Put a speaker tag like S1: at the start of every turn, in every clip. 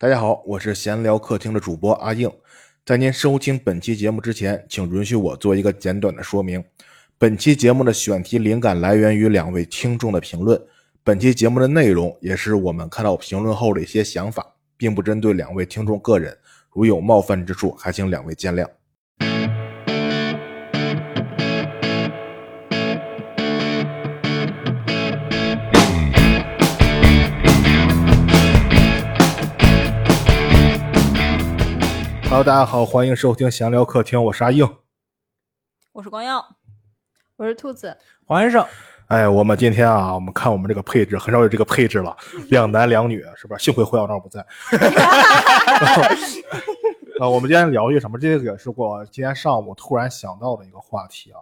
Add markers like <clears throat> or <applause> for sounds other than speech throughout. S1: 大家好，我是闲聊客厅的主播阿硬。在您收听本期节目之前，请允许我做一个简短的说明。本期节目的选题灵感来源于两位听众的评论，本期节目的内容也是我们看到评论后的一些想法，并不针对两位听众个人，如有冒犯之处，还请两位见谅。Hello，大家好，欢迎收听闲聊客厅，我是阿硬。
S2: 我是光耀，我是兔子，
S3: 皇上，
S1: 哎，我们今天啊，我们看我们这个配置，很少有这个配置了，两男两女，是不是？幸亏胡小闹不在。 <laughs> 啊，我们今天聊一个什么？这个也是我今天上午突然想到的一个话题啊，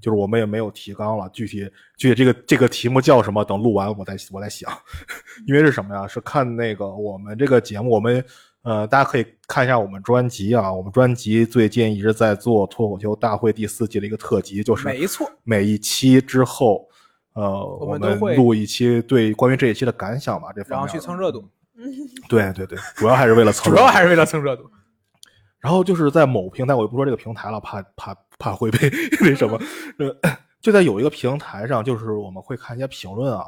S1: 就是我们也没有提纲了，具体具体这个这个题目叫什么？等录完我再我再想， <laughs> 因为是什么呀？是看那个我们这个节目，我们呃，大家可以看一下我们专辑啊，我们专辑最近一直在做脱口秀大会第四季的一个特辑，就是
S3: 没错，
S1: 每一期之后，呃，我
S3: 们都会
S1: 录一期对关于这一期的感想吧，这方面
S3: 然后去蹭热度，
S1: 对对对，主要还是为了蹭
S3: 主
S1: 热度，
S3: 要还是为了蹭热度。
S1: 然后就是在某平台，我就不说这个平台了，怕怕怕会被 <laughs> 那什么，呃， <coughs> 就在有一个平台上，就是我们会看一些评论啊，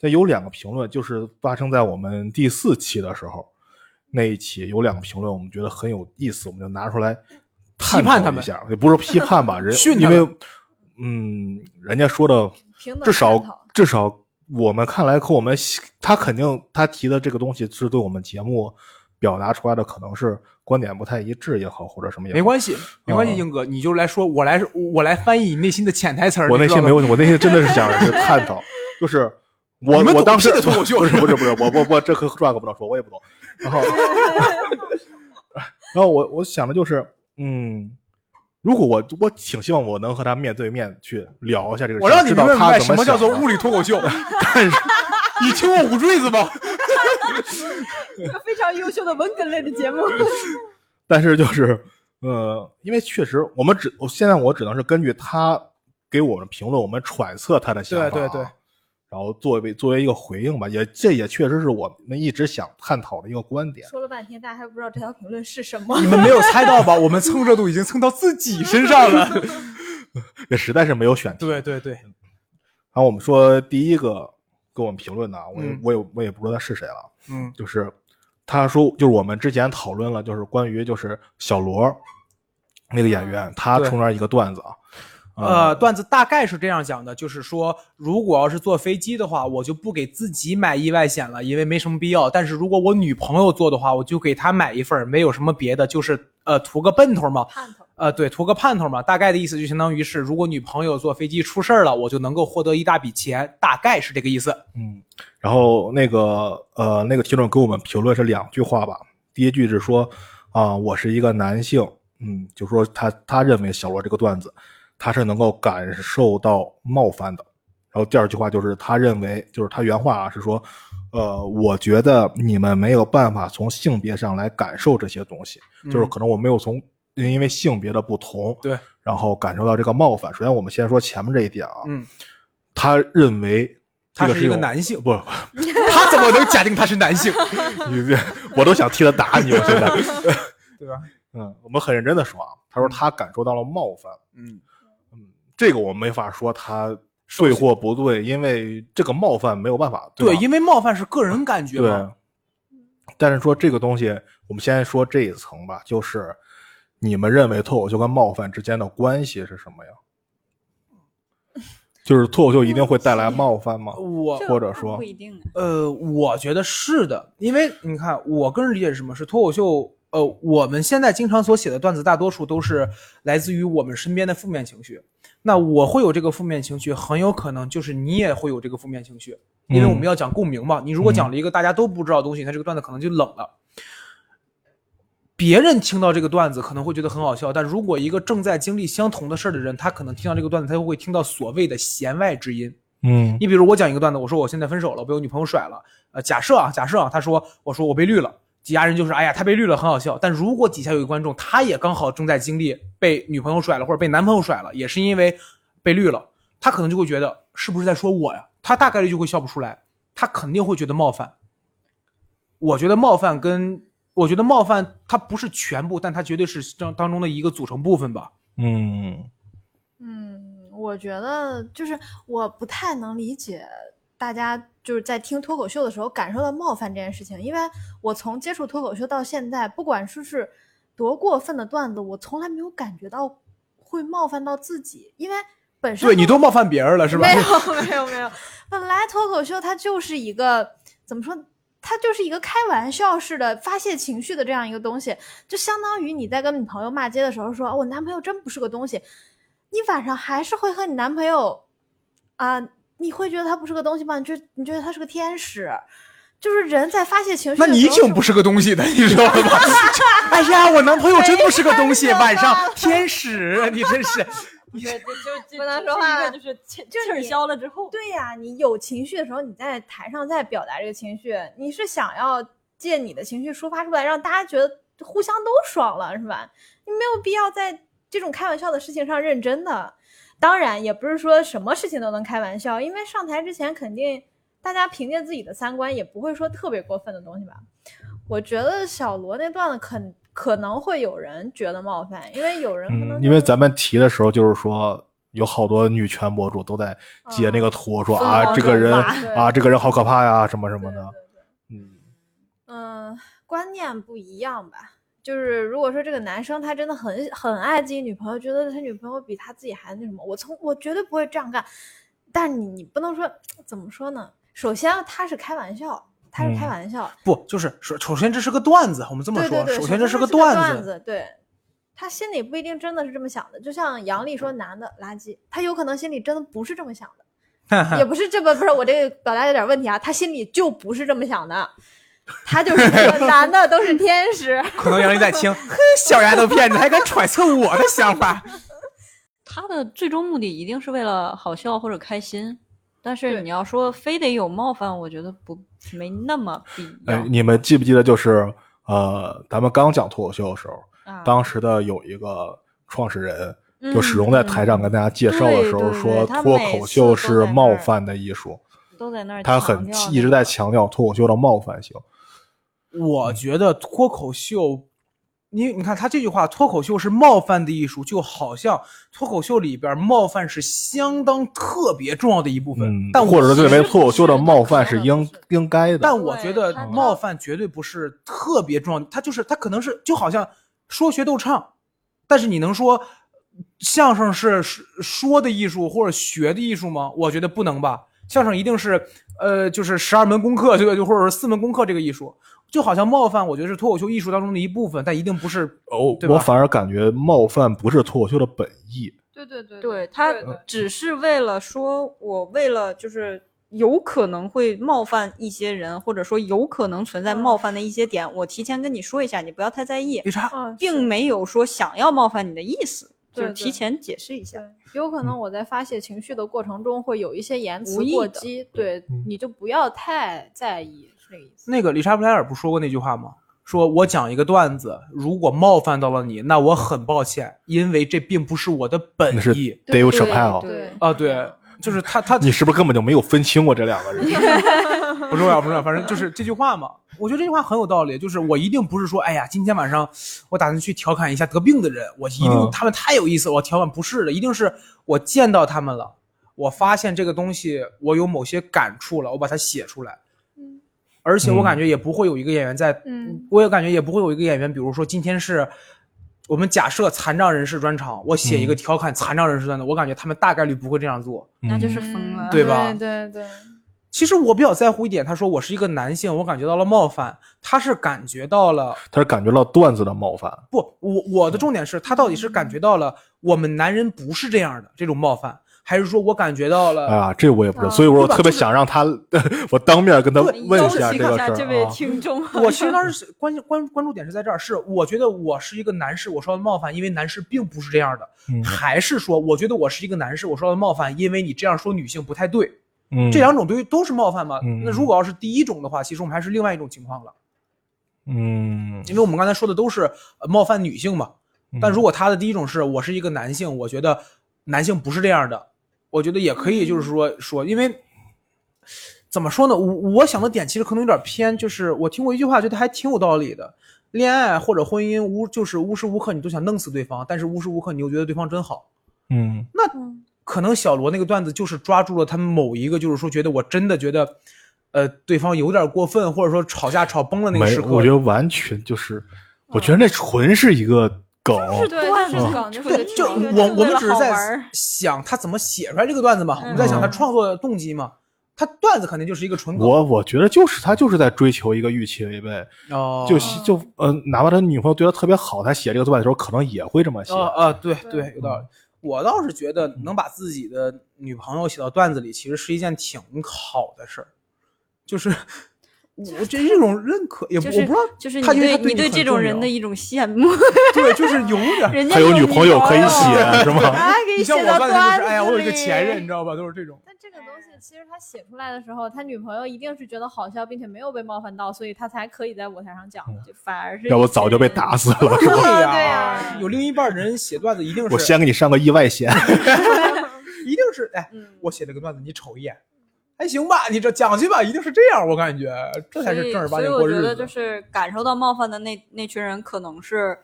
S1: 但有两个评论就是发生在我们第四期的时候，那一期有两个评论，我们觉得很有意思，我们就拿出来
S3: 批判
S1: 探讨
S3: 他们
S1: 一下，也不是说批判吧，人
S3: 训
S1: 因
S3: 他们
S1: 为嗯，人家说的
S2: 平等
S1: 至
S2: 探讨
S1: 少至少我们看来和我们喜他肯定他提的这个东西是对我们节目表达出来的可能是观点不太一致也好，或者什么也好
S3: 没关系，没关系，
S1: 嗯
S3: 英哥，你就来说，我来，我来翻译你内心的潜台词儿。
S1: 我内
S3: 你知道
S1: 心
S3: 吗
S1: 没有，，我内心真的是想去探
S3: <laughs>
S1: 讨，就是我
S3: 你们
S1: 我
S3: 懂
S1: 当时
S3: 屁的脱
S1: <laughs>
S3: 口秀
S1: 不是不是不是我我我这和转个不知道说，我也不懂。然
S2: <laughs>
S1: 后然后我我想的就是，嗯，如果我我挺希望我能和他面对面去聊一下这个事儿，
S3: 我让你
S1: 知道
S3: 明白明
S1: 他
S3: 白
S1: 怎
S3: 什么叫
S1: 想
S3: 做
S1: 的
S3: 物理脱口 <laughs> 秀。但是你听过五坠子吗？
S2: 一个非常优秀的文梗类的节
S1: 呃
S4: <laughs>
S2: 目。
S1: 但是就是，呃，因为确实我们只我现在我只能是根据他给我们评论，我们揣测他的想法啊，
S3: 对对对
S1: 然后作为作为一个回应吧，也这也确实是我们一直想探讨的一个观点。
S2: 说了半天，大家还不知道这条评论是什么
S3: <laughs>
S1: 嗯
S3: 你。们没有猜到吧？我们蹭热度已经蹭到自己身上了。
S1: 也实在是没有选题。
S3: <laughs> 对对对，
S1: 然后我们说第一个给我们评论的啊，我也、
S3: 嗯
S1: 我也我也不知道他是谁了，
S3: <laughs> 嗯，
S1: 就是他说就是我们之前讨论了，就是关于就是小罗那个演员，他
S3: 对
S1: 出了一个段子啊，
S3: 呃，段子大概是这样讲的，就是说，如果要是坐飞机的话，我就不给自己买意外险了，因为没什么必要。但是如果我女朋友坐的话，我就给她买一份儿，没有什么别的，就是呃图个奔头嘛。
S2: 盼头，
S3: 呃，对，图个盼头嘛，大概的意思就相当于是，如果女朋友坐飞机出事儿了，我就能够获得一大笔钱，大概是这个意思。
S1: 嗯，然后那个呃，那个听众给我们评论是两句话吧。第一句是说啊、我是一个男性，嗯，就说他他认为小罗这个段子他是能够感受到冒犯的。然后第二句话就是他认为，就是他原话啊是说，呃，我觉得你们没有办法从性别上来感受这些东西，就是
S3: 嗯
S1: 可能我没有从因为性别的不同，
S3: 对，
S1: 然后感受到这个冒犯。首先我们先说前面这一点啊，
S3: 嗯，
S1: 他认为这
S3: 他
S1: 是
S3: 是一个
S1: 种
S3: 男性
S1: 不，
S3: 他怎么能假定他是男 <laughs> 性，
S1: 你别， <laughs> 我都想替他打你，我现在。
S3: <laughs> 对吧？
S1: 嗯，我们很认真的说啊，他说他感受到了冒犯，
S3: 嗯，
S1: 这个我没法说他对或不对，因为这个冒犯没有办法
S3: 对，
S1: 吧
S3: 因为冒犯是个人感觉
S1: 对
S3: 嘛。。
S1: 但是说这个东西，我们先说这一层吧，就是你们认为脱口秀跟冒犯之间的关系是什么
S3: <laughs>
S1: 呀？就是脱口秀一定会带来冒犯吗？
S3: 我
S2: 这
S1: 或者说
S2: 不一定啊。
S3: 呃，我觉得是的，因为你看，我个人理解是什么？是脱口秀。呃，我们现在经常所写的段子，大多数都是来自于我们身边的负面情绪。那我会有这个负面情绪，很有可能就是你也会有这个负面情绪，因为我们要讲共鸣嘛。你如果讲了一个大家都不知道的东西，那这个段子可能就冷了。别人听到这个段子可能会觉得很好笑，但如果一个正在经历相同的事儿的人，他可能听到这个段子，他就会听到所谓的弦外之音。
S1: 嗯
S3: 你比如我讲一个段子，我说我现在分手了，我被我女朋友甩了。呃，假设啊，假设啊，他说我说我被绿了，底下人就是哎呀，他被绿了很好笑。但如果底下有一个观众，他也刚好正在经历被女朋友甩了或者被男朋友甩了，也是因为被绿了，他可能就会觉得是不是在说我呀？他大概率就会笑不出来，他肯定会觉得冒犯。我觉得冒犯跟我觉得冒犯它不是全部，但它绝对是当当中的一个组成部分吧。
S1: 嗯
S2: 嗯，
S4: 我觉得就是我不太能理解大家就是在听脱口秀的时候感受到冒犯这件事情，因为我从接触脱口秀到现在，不管说是多过分的段子，我从来没有感觉到会冒犯到自己，因为本身
S3: 对你都冒犯别人了是吧
S4: 没？有没有没有，本来脱口秀它就是一个怎么说？它就是一个开玩笑式的发泄情绪的这样一个东西，就相当于你在跟你朋友骂街的时候说：“哦我男朋友真不是个东西。”你晚上还是会和你男朋友啊、你会觉得他不是个东西吗？你觉你觉得他是个天使？就是人在发泄情绪
S3: 那
S4: 的时候是，
S3: 你挺不是个东西的，你
S4: <laughs>
S3: 知道吧？哎呀，我男朋友真不是个东西，
S4: 没啊办法
S3: 晚上天使，你真是。
S2: 对，就就
S4: 不能说话了
S2: 这一个就是气气
S4: 就是
S2: 儿
S4: 你
S2: 消了之后，
S4: 对呀、你有情绪的时候，你在台上在表达这个情绪，你是想要借你的情绪抒发出来，让大家觉得互相都爽了，是吧？你没有必要在这种开玩笑的事情上认真的。当然，也不是说什么事情都能开玩笑，因为上台之前肯定大家凭借自己的三观，也不会说特别过分的东西吧。我觉得小罗那段子肯可能会有人觉得冒犯，因为有人可能、
S1: 嗯，因为咱们提的时候就是说。有好多女权博主都在
S5: 嗯
S1: 截那个图，说
S4: 疯
S1: 啊
S4: 狂
S1: 这个人
S4: 转发
S1: 啊这个人好可怕呀，什么什么的。嗯，
S4: 嗯，观念不一样吧。就是如果说这个男生他真的很很爱自己女朋友，觉得他女朋友比他自己还那什么，我从我绝对不会这样干。但你你不能说怎么说呢？首先他是开玩笑，他是开
S1: 嗯
S4: 玩笑，
S3: 不，就是首首先这是个段子，我们这么
S4: 对
S3: 说，
S4: 对对，
S3: 首
S4: 首先
S3: 先这
S4: 它
S3: 是
S4: 是
S3: 个
S4: 段
S3: 子，
S4: 子，对。他心里不一定真的是这么想的，就像杨笠
S3: 嗯
S4: 说男的垃圾，他有可能心里真的不是这么想的。
S3: 嗯
S4: 也不是这么，不是我这个表达有点问题啊，他心里就不是这么想的，他就是觉
S3: <laughs>
S4: 得男的都是天使，
S3: <laughs> 可能杨丽
S4: <laughs>
S3: 在听，哼，小丫头片子还敢揣测我的想法， <laughs>
S5: 他的最终目的一定是为了好笑或者开心，但是
S4: 对
S5: 你要说非得有冒犯，我觉得不没那么必要
S1: 哎，你们记不记得就是呃，咱们刚讲脱口秀的时候，
S5: 啊。
S1: 当时的有一个创始人，
S5: 嗯
S1: 就始终在台上跟大家介绍的时候
S5: 对对对
S1: 说，
S5: 他
S1: 脱
S5: 每
S1: 口
S5: 次
S1: 秀
S5: 都
S1: 是
S5: 在那
S1: 冒
S5: 儿
S1: 犯的艺术，
S5: 都在那儿
S1: 他
S5: 强
S1: 很
S5: 调
S1: 一
S5: 那
S1: 直在
S5: 个
S1: 强调脱口秀的冒犯性。
S3: 我觉得脱口秀，你你看他这句话，脱口秀是冒犯的艺术，就好像脱口秀里边冒犯是相当特别重要的一部分，
S1: 嗯，
S3: 但我
S1: 或者是对
S3: 其
S1: 为
S3: 实
S1: 脱口秀的冒犯是
S5: 不是
S1: 应应该的
S3: 但。我觉
S5: 对
S3: 得
S5: 他他
S3: 冒犯绝对不是特别重要，他就是他可能是就好像说学逗唱，但是你能说相声是说说的艺术或者学的艺术吗？我觉得不能吧，相声一定是呃就是十二门功课这个就或者说四门功课这个艺术，就好像冒犯，我觉得是脱口秀艺术当中的一部分，但一定不是
S1: 哦
S3: 对吧
S1: 我反而感觉冒犯不是脱口秀的本意。
S2: 对对对
S5: 对他只是为了说，我为了就是有可能会冒犯一些人，或者说有可能存在
S2: 嗯
S5: 冒犯的一些点，我提前跟你说一下，你不要太在意，
S3: 为啥？
S4: 嗯，
S5: 并
S4: 是
S5: 没有说想要冒犯你的意思，就
S4: 对
S5: 是
S4: 对
S5: 提前解释一下。
S4: 有可能我在发泄情绪的过程中会有一些言
S5: 无
S4: 辞
S5: 意
S4: 过
S5: 的
S4: 激，对
S1: 嗯，
S4: 你就不要太在意，是这个意思。
S3: 那个理查布莱尔不说过那句话吗？说我讲一个段子，如果冒犯到了你，那我很抱歉，因为这并不是我的本
S1: 那是
S3: 意
S1: Dave
S4: 对
S1: Chappelle，
S4: 对
S5: 嗯
S3: 啊。对，就是他他
S1: 你是不是根本就没有分清过这两个
S3: <laughs>
S1: 人？
S3: 不重要，不重要，反正就是这句话嘛。我觉得这句话很有道理，就是我一定不是说，哎呀，今天晚上我打算去调侃一下得病的人，我一定、
S1: 嗯
S3: 他们太有意思了，我调侃不是的，一定是我见到他们了，我发现这个东西我有某些感触了，我把它写出来。
S4: 嗯
S3: 而且我
S1: 嗯
S3: 感觉也不会有一个演员在，
S4: 嗯
S3: 我也感觉也不会有一个演员，比如说今天是我们假设残障人士专场，我写一个
S1: 嗯
S3: 调侃残障人士段的，我感觉他们大概率不会这样做。
S5: 那就是
S1: 嗯
S5: 疯了
S3: 对吧
S4: 对对，
S5: 嗯
S3: 其实我比较在乎一点，他说我是一个男性，我感觉到了冒犯，他是感觉到了
S1: 他是感觉到段子的冒犯。
S3: 不，我我的重点是他到底是感觉到了我们男人不是这样的这种冒犯，还是说我感觉到了、
S1: 啊，这我也不知道，
S4: 啊
S1: 所以我
S3: 对吧
S1: 特别想让他， <laughs> 我当面跟他
S3: 对
S1: 呃问
S5: 邀
S1: 一下
S5: 请
S1: 这个
S5: 一
S1: 事
S5: 下
S1: 儿
S5: 这位
S1: 啊。
S5: 听众，
S3: 我其实当时是关关关注点是在这儿，是我觉得我是一个男士，我受到的冒犯，因为男士并不是这样的，
S1: 嗯
S3: 还是说我觉得我是一个男士，我受到的冒犯，因为你这样说女性不太对，
S1: 嗯，
S3: 这两种对于都是冒犯嘛？
S1: 嗯
S3: 那如果要是第一种的话，其实我们还是另外一种情况了，
S1: 嗯，
S3: 因为我们刚才说的都是呃冒犯女性嘛。
S1: 嗯
S3: 但如果他的第一种是我是一个男性，我觉得男性不是这样的，我觉得也可以，就是说说，因为怎么说呢？我我想的点其实可能有点偏，就是我听过一句话，觉得还挺有道理的。恋爱或者婚姻无就是无时无刻你都想弄死对方，但是无时无刻你又觉得对方真好。
S1: 嗯
S4: 嗯
S3: 可能小罗那个段子就是抓住了他们某一个，就是说觉得我真的觉得，呃，对方有点过分，或者说吵架吵崩了那个
S1: 没，
S3: 时刻。嗯
S1: 我觉得完全就是，我觉得那纯是一个梗，
S5: 对
S4: 段
S5: <laughs> 就是
S4: 子
S5: 梗
S4: 就
S5: 对
S4: 是
S3: 就
S5: 那个
S3: 我
S5: 就
S3: 我
S5: 为
S3: 们
S5: 了
S3: 只是
S5: 好
S3: 在
S5: 玩儿
S3: 想他怎么写出来这个段子嘛，我们在想他
S1: 嗯
S3: 创作的动机嘛。他段子肯定就是一个纯梗。
S1: 我我觉得就是他就是在追求一个预期违背，
S3: 哦，
S1: 就就呃，哪怕他女朋友对他特别好，他写这个段子的时候可能也会这么写。
S3: 哦啊，对对，
S1: 嗯
S3: 有道理。我倒是觉得能把自己的女朋友写到段子里，其实是一件挺好的事儿，就是我这一种认可，也不
S5: 就
S3: 我
S5: 是
S3: 不知道，
S5: 就是
S3: 他
S5: 你
S3: 觉得
S5: 对
S3: 他
S5: 你
S3: 对
S5: 对
S3: 你
S5: 这
S3: 很
S5: 种
S3: 重
S5: 人
S3: 要
S5: 的一种羡慕，
S3: 对，就是有点儿。
S5: 人家
S1: 他有女朋
S5: 朋
S1: 友可以写
S5: 友
S1: 是
S5: <laughs>
S1: 吗？
S4: 啊，给
S3: 你像
S4: 写
S3: 我
S4: 到
S3: 段子就是，
S4: 段
S3: 哎呀，
S4: 子
S3: 我有一个
S4: 里
S3: 前任，你知道吧，都是这
S5: <laughs>
S3: 种。
S4: 但这个东西其实他写出来的时候，他女朋友一定是觉得好笑，并且没有被冒犯到，所以他才可以在舞台上讲的。
S5: 反而是
S1: 要不
S5: 一些
S1: 早就被
S5: 人
S1: 打死了，
S5: <laughs>
S1: 是吧？
S3: 呀、
S4: 对呀
S3: 有另一半的人写段子一定是，
S1: 我先给你上个意外险，
S3: 一定是，哎，
S5: 嗯
S3: 我写了个段子，你瞅一眼，还行吧，你这讲去吧，一定是这样，我感觉这才
S5: 所
S3: 是
S5: 以，
S3: 正儿八
S5: 所以
S3: 经
S5: 我
S3: 过
S5: 觉
S3: 日
S5: 得
S3: 子。
S5: 就是感受到冒犯的那那群人，可能是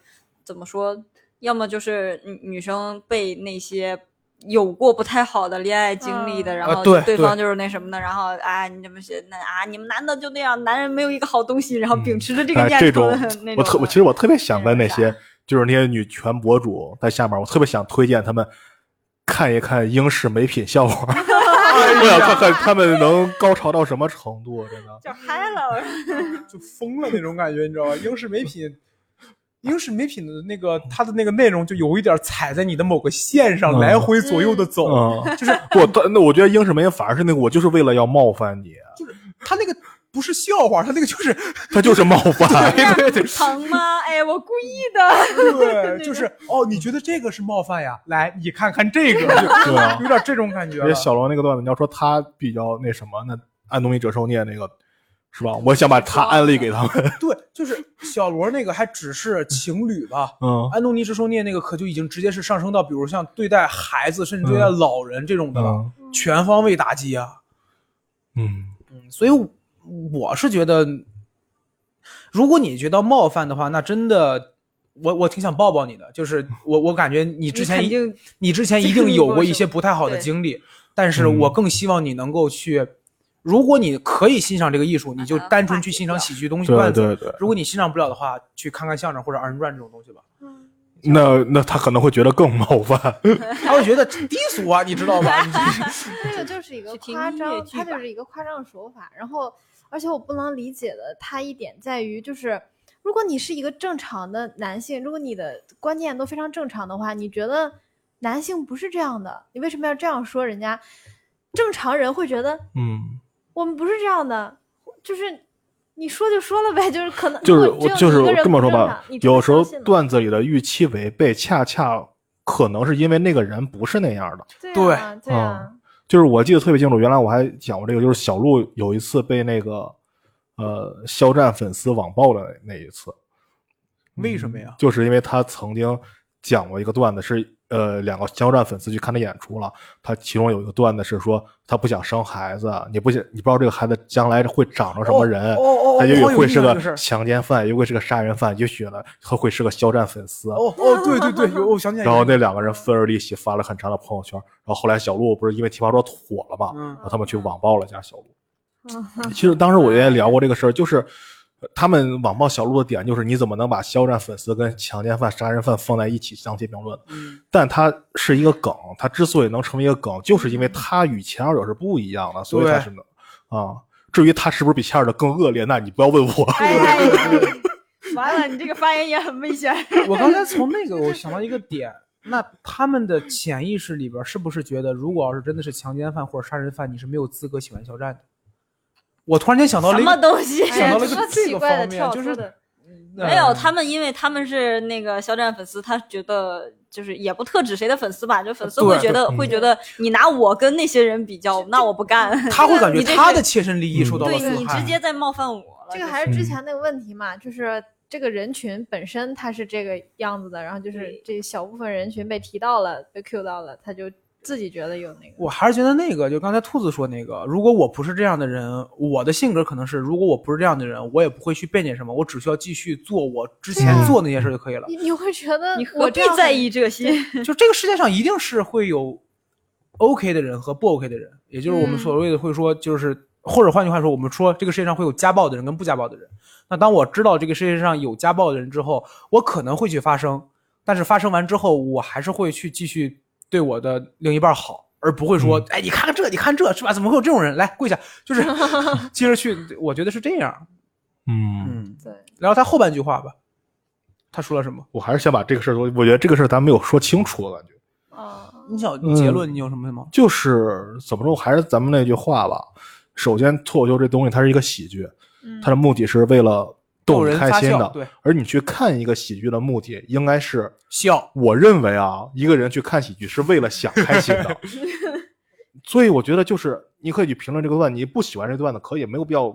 S5: 怎么说？要么就是女女生被那些有过不太好的恋爱经历的，
S4: 嗯
S5: 然
S3: 啊
S5: 后
S3: 对
S5: 对
S3: 对
S5: 方就是那什么的，然后啊，你怎么写那啊，你们男的就那样，男人没有一个好东西，然后秉持着 <laughs> 这个
S1: 哎，
S5: 价值
S1: 这
S5: 观、
S1: 种
S5: 那种的。 <laughs>
S1: 我特我其实我特别想跟那
S5: 那
S1: 些就是那些女权博主在下面，我特别想推荐他们看一看英式美品笑
S5: <laughs> 哎
S1: 话， <laughs> 我想啊看看他们能高潮到什么程度，真的。
S5: 就嗨了，
S3: 就疯了那种感觉，你知道吧？英式美品，英式美品的那个它的那个内容就有一点踩在你的某个线上
S1: 嗯
S3: 来回左右的走，
S1: 嗯，就是不，但那我觉得英式美反而是那个，我就是为了要冒犯你，啊
S3: 它那个不是笑话，它那个
S5: <laughs>
S3: 就是
S1: 他就是冒犯， <laughs>
S3: 对对
S5: 疼吗？
S3: <laughs>
S5: 哎，我故意的。
S3: 对，就是哦，你觉得这个是冒犯呀？来，你看看这个，就
S1: 对啊
S3: 有点这种感觉了。
S1: 而且小罗那个段子，你要说他比较那什么，那安东尼折寿孽那个是吧？我想把他安利给他
S4: <laughs>
S1: 们。
S3: 对，就是小罗那个还只是情侣吧。
S1: 嗯
S4: 哎
S3: 安东尼·直寿涅那个可就已经直接是上升到，比如像对待孩子甚至对待
S1: 嗯
S3: 老人这种的了，
S1: 嗯
S3: 全方位打击啊。
S1: 嗯，
S3: 所以我我是觉得，如果你觉得冒犯的话，那真的，我我挺想抱抱你的。就是我我感觉你之前
S5: 肯
S3: 一
S5: 定
S3: 你之
S5: <laughs>
S3: 前一
S5: 经
S3: 定
S5: 历
S3: 有
S5: 过
S3: 过
S5: 什
S3: 一些
S5: 么
S3: 不太好的
S5: 对
S3: 经历，但是
S1: 嗯
S3: 我更希望你能够去，如果你可以欣赏这个艺术，你就
S5: 把它
S3: 单纯
S5: 化
S3: 去
S5: 解
S3: 欣赏
S5: 掉
S3: 喜剧东西
S1: 对
S3: 段子。
S1: 对对。
S3: 如果你欣赏不了的话，去看看相声或者二人转这种东西吧。
S4: 嗯
S1: 那那他可能会觉得更冒犯，
S3: 他会觉得低俗啊，你知道吧？你
S5: <laughs>
S3: 这是
S4: 这个就是一个
S5: 去听
S4: 夸
S5: 音乐
S4: 张，
S5: 剧
S4: 它就
S5: 吧
S4: 是一个夸张的手法。然后，而且我不能理解的，它一点在于就是，如果你是一个正常的男性，如果你的观念都非常正常的话，你觉得男性不是这样的，你为什么要这样说人家？正常人会觉得
S1: 嗯，
S4: 我们不是这样的，就是你说就说了呗，就是可能
S1: <laughs> 就是
S4: 如果
S1: 我
S4: 只有
S1: 就是
S4: 你一
S1: 我
S4: 个人
S1: 这么
S4: 不
S1: 说
S4: 正
S1: 吧
S4: 常你，真的
S1: 有时候
S4: 相信了
S1: 段子里的预期违背，恰恰可能是因为那个人不是那样的。
S4: 对啊对
S1: 嗯
S4: 啊，
S1: 就是我记得特别清楚，原来我还讲过这个，就是小鹿有一次被那个呃肖战粉丝网暴的那一次，嗯
S3: 为什么呀？
S1: 就是因为他曾经讲过一个段子是，呃两个肖战粉丝去看他演出了，他其中有一个段子是说他不想生孩子，你不想你不知道这个孩子将来会长成什么人，
S3: 哦哦哦
S1: 他也
S3: 我好
S1: 许
S3: 有
S1: 会
S3: 印
S1: 是
S3: 象这个事
S1: 个
S3: 儿
S1: 强奸犯，也许会是个杀人犯，也许呢他会是个肖战粉丝。
S3: 哦哦，对对对，有我想起来有。
S1: 然后那两个人分而立席，发了很长的朋友圈。然后后来小鹿不是因为奇葩说火了嘛，
S3: 嗯
S1: 然后他们去网暴了家小鹿。 <laughs> 其实当时我也聊过这个事儿，就是呃他们网暴小鹿的点就是你怎么能把肖战粉丝跟强奸犯、杀人犯放在一起相提并论？
S3: 嗯
S1: 但它是一个梗，它之所以能成为一个梗，就是因为它与前二者是不一样的，所以
S3: 对
S1: 它是能啊。至于它是不是比前二者更恶劣，那你不要问我。
S5: 哎哎哎完了，你这个发言也很危险。
S3: 我刚才从那个我想到一个点，那他们的潜意识里边是不是觉得，如果要是真的是强奸犯或者杀人犯，你是没有资格喜欢肖战的？我突然间想到了
S5: 什
S3: 一
S5: 么
S3: 个，
S5: 东西？
S3: 想到了
S4: 这
S3: 个
S4: 么
S3: 这
S4: 奇
S3: 个
S4: 怪
S3: 方
S4: 的
S3: 面，
S4: 跳
S3: 就
S4: 脱
S3: 是
S4: 的，
S5: 没有，
S3: 呃
S5: 他们因为他们是那个肖战粉丝，他觉得就是也不特指谁的粉丝吧，就粉丝
S3: 对嗯
S5: 会觉得
S1: 对
S5: 会觉得你拿我跟那些人比较，那我不干。 <laughs>
S3: 他会感觉
S5: 你这
S3: 他
S5: 是
S3: 的切身利益受到了
S5: 对
S3: 损
S5: 你直
S3: 害。
S5: 接在冒犯我了。
S4: 这个还是
S1: 嗯
S4: 之前那个问题嘛，就是这个人群本身他是这个样子的，然后就是
S5: 对
S4: 这小部分人群被提到了，被 Q 到了，他就自己觉得有那个，
S3: 我还是觉得那个，就刚才兔子说那个，如果我不是这样的人，我的性格可能是，如果我不是这样的人，我也不会去辩解什么，我只需要继续做我之前
S1: 嗯
S4: 对啊
S3: 做那些事就可以了。
S4: 你你会觉得
S5: 你何
S4: 我
S5: 必
S4: 这样
S5: 在
S4: 很
S5: 意这些？
S3: 就这个世界上一定是会有 OK 的人和不 OK 的人，也就是我们
S4: 嗯
S3: 所谓的会说，就是、或者换句话说，我们说这个世界上会有家暴的人跟不家暴的人。那当我知道这个世界上有家暴的人之后，我可能会去发声，但是发声完之后，我还是会去继续对我的另一半好。而不会说，哎，你看看这，你看这是吧？怎么会有这种人？来跪下，就是 <laughs> 接着去，我觉得是这样。
S1: 嗯，
S3: 嗯，
S4: 对，
S3: 然后他后半句话吧，他说了什么？
S1: 我还是想把这个事儿，我我觉得这个事儿咱没有说清楚，我感觉
S4: 啊，
S3: 你想
S1: 嗯
S3: 结论，你有什么吗？
S1: 就是怎么说，还是咱们那句话吧。首先，脱口秀这东西它是一个喜剧，它的目的是为了逗
S3: 逗
S1: 你
S3: 人
S1: 开
S3: 发
S1: 心
S3: 笑
S1: 的，
S3: 对。
S1: 而你去看一个喜剧的目的，应该是
S3: 笑，
S1: 我认为啊，一个人去看喜剧是为了想开心
S4: <laughs>
S1: 的。所以我觉得就是你可以去评论这个段子，你不喜欢这段子可以，没有必要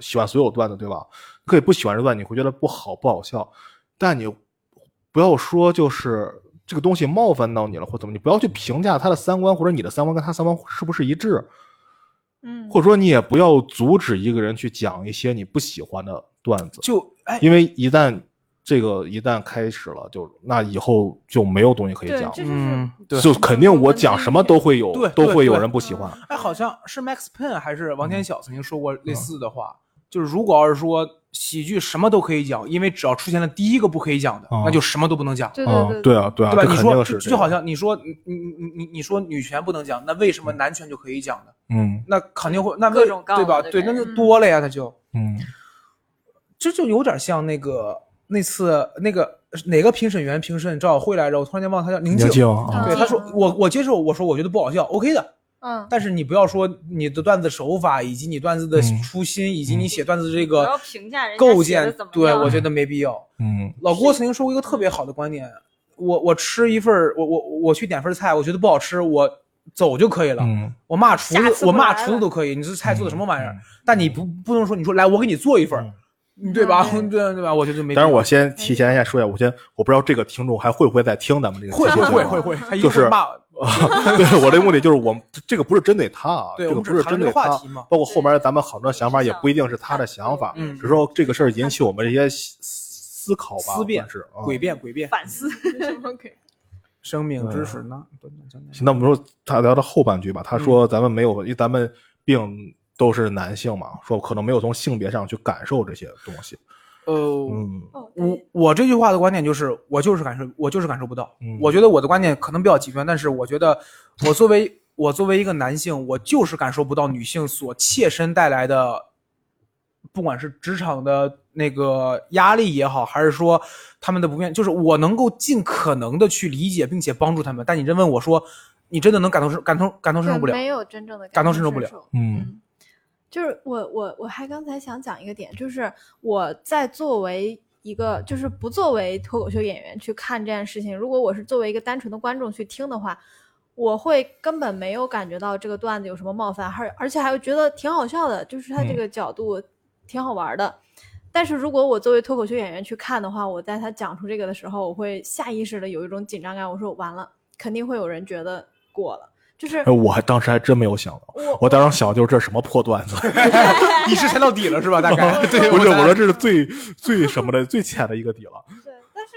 S1: 喜欢所有段子，对吧？可以不喜欢这段子，你会觉得不好不好笑，但你不要说就是这个东西冒犯到你了或怎么，你不要去评价他的三观或者你的三观跟他三观是不是一致，
S4: 嗯，
S1: 或者说你也不要阻止一个人去讲一些你不喜欢的段子，
S3: 就哎，
S1: 因为一旦这个一旦开始了，就那以后就没有东西可以
S4: 对，
S1: 讲
S4: 这，就是
S3: 嗯，对，
S1: 就肯定我讲什么都会有
S3: 对，
S1: 都
S3: 对
S1: 会有
S3: 对
S1: 人不喜欢。
S3: 哎，好像是 Max Pen 还是
S1: 嗯
S3: 王天晓曾经说过类似的话，就是如果要是说喜剧什么都可以讲，因为只要出现了第一个不可以讲的，
S1: 嗯
S3: 那就什么都不能讲。
S4: 对
S1: 啊，
S4: 对
S1: 对啊，对啊，
S3: 哦对吧？
S1: 这
S3: 你
S1: 肯定
S3: 说
S1: 是
S3: 就
S1: 这
S3: 就好
S1: 样
S3: 像你说你你你你你说女权不能讲，那为什么男权就可以讲呢？
S1: 嗯
S3: 那肯定会那
S5: 各
S3: 为
S5: 种杠
S3: 对吧？
S5: 了
S3: 对，
S5: 对
S3: 那就
S4: 嗯
S3: 多了呀，那就
S1: 嗯
S3: 这就有点像那个那次那个哪个评审员评审赵慧来着？我突然间忘了他叫宁
S1: 宁
S3: 静。
S1: 静啊，
S3: 对，他说
S4: 嗯
S3: 我我接受，我说我觉得不好笑，OK 的，
S4: 嗯，
S3: 但是你不要说你的段子手法，以及你段子的
S1: 嗯
S3: 初心，以及
S1: 嗯
S3: 你写段子这
S5: 不要
S3: 个
S5: 评价人家
S3: 构
S5: 写得
S3: 建
S5: 怎，么
S3: 对
S5: 样
S3: 我觉得没必要。
S1: 嗯
S3: 老郭曾经说过一个特别好的观点，我我吃一份儿，我我我去点份儿菜，我觉得不好吃，我走就可以了。
S1: 嗯，
S3: 我骂厨
S5: 下
S3: 子，
S5: 次
S3: 我
S5: 不
S3: 骂
S5: 来
S3: 厨子
S5: 了
S3: 都可以，你这菜做的什么玩意儿？
S1: 嗯
S3: 但你不不能说你说来，我给你做一份儿，对吧？
S4: 嗯
S3: <laughs> 对对吧？我觉得没必
S1: 但
S3: 要。
S1: 是我先提前先说一下，我先我不知道这个听众还会不会在听咱们这个
S3: 会
S1: 节
S3: 会
S1: 目
S3: 会
S1: 啊
S3: 会会，他一
S1: 就
S3: 定会
S1: 是
S3: 骂我。
S1: <laughs> 对，我这目的就是我们这个不是针对他啊，
S3: 对
S1: 这个
S3: 我们
S1: 不
S3: 只
S1: 是
S3: 谈
S1: 针
S3: 这
S1: 对
S3: 个话
S1: 他
S3: 题嘛，
S1: 包括后
S5: 对
S1: 面咱们很多想法也不一定是他的想法，
S5: 嗯
S1: 只是说这个事儿引起我们这些思思考吧，
S3: 思辨
S1: 算是啊。
S3: 诡辩诡辩，
S5: 反思。 <laughs>
S4: 什么鬼？
S3: 生命
S1: 嗯
S3: 之水呢？短短将
S1: 行那我们说他聊到后半句吧，
S5: 嗯
S1: 他说咱们没有，因为咱们并都是男性嘛，说可能没有从性别上去感受这些东西。
S3: 呃，
S1: 嗯
S4: 哦，对
S3: 我我这句话的观点就是，我就是感受，我就是感受不到。
S1: 嗯
S3: 我觉得我的观点可能比较极端，但是我觉得我作为我作为一个男性，我就是感受不到女性所切身带来的，不管是职场的那个压力也好，还是说他们的不便，就是我能够尽可能的去理解并且帮助他们。但你真问我说，你真的能感同身感同感同身受不了？
S4: 没有真正的
S3: 感同身受
S4: 受
S3: 不了
S1: 嗯
S4: 就是我我我还刚才想讲一个点，就是我在作为一个就是不作为脱口秀演员去看这件事情，如果我是作为一个单纯的观众去听的话，我会根本没有感觉到这个段子有什么冒犯，而而且还会觉得挺好笑的，就是他这个角度挺好玩的。但是如果我作为脱口秀演员去看的话，我在他讲出这个的时候，我会下意识的有一种紧张感，我说完了，肯定会有人觉得过了，就是
S1: 哎，我还当时还真没有想到，
S4: 我
S1: 我当时想的就是这什么破段
S5: <laughs>
S3: <laughs>
S1: 子，
S3: 一石猜到底了是吧？
S1: <laughs>
S3: 大概
S1: 不
S3: <laughs>
S1: 是，
S3: 猜
S1: 我说这是最最什么的最浅的一个底
S5: <laughs>
S1: 了。
S4: 对，但是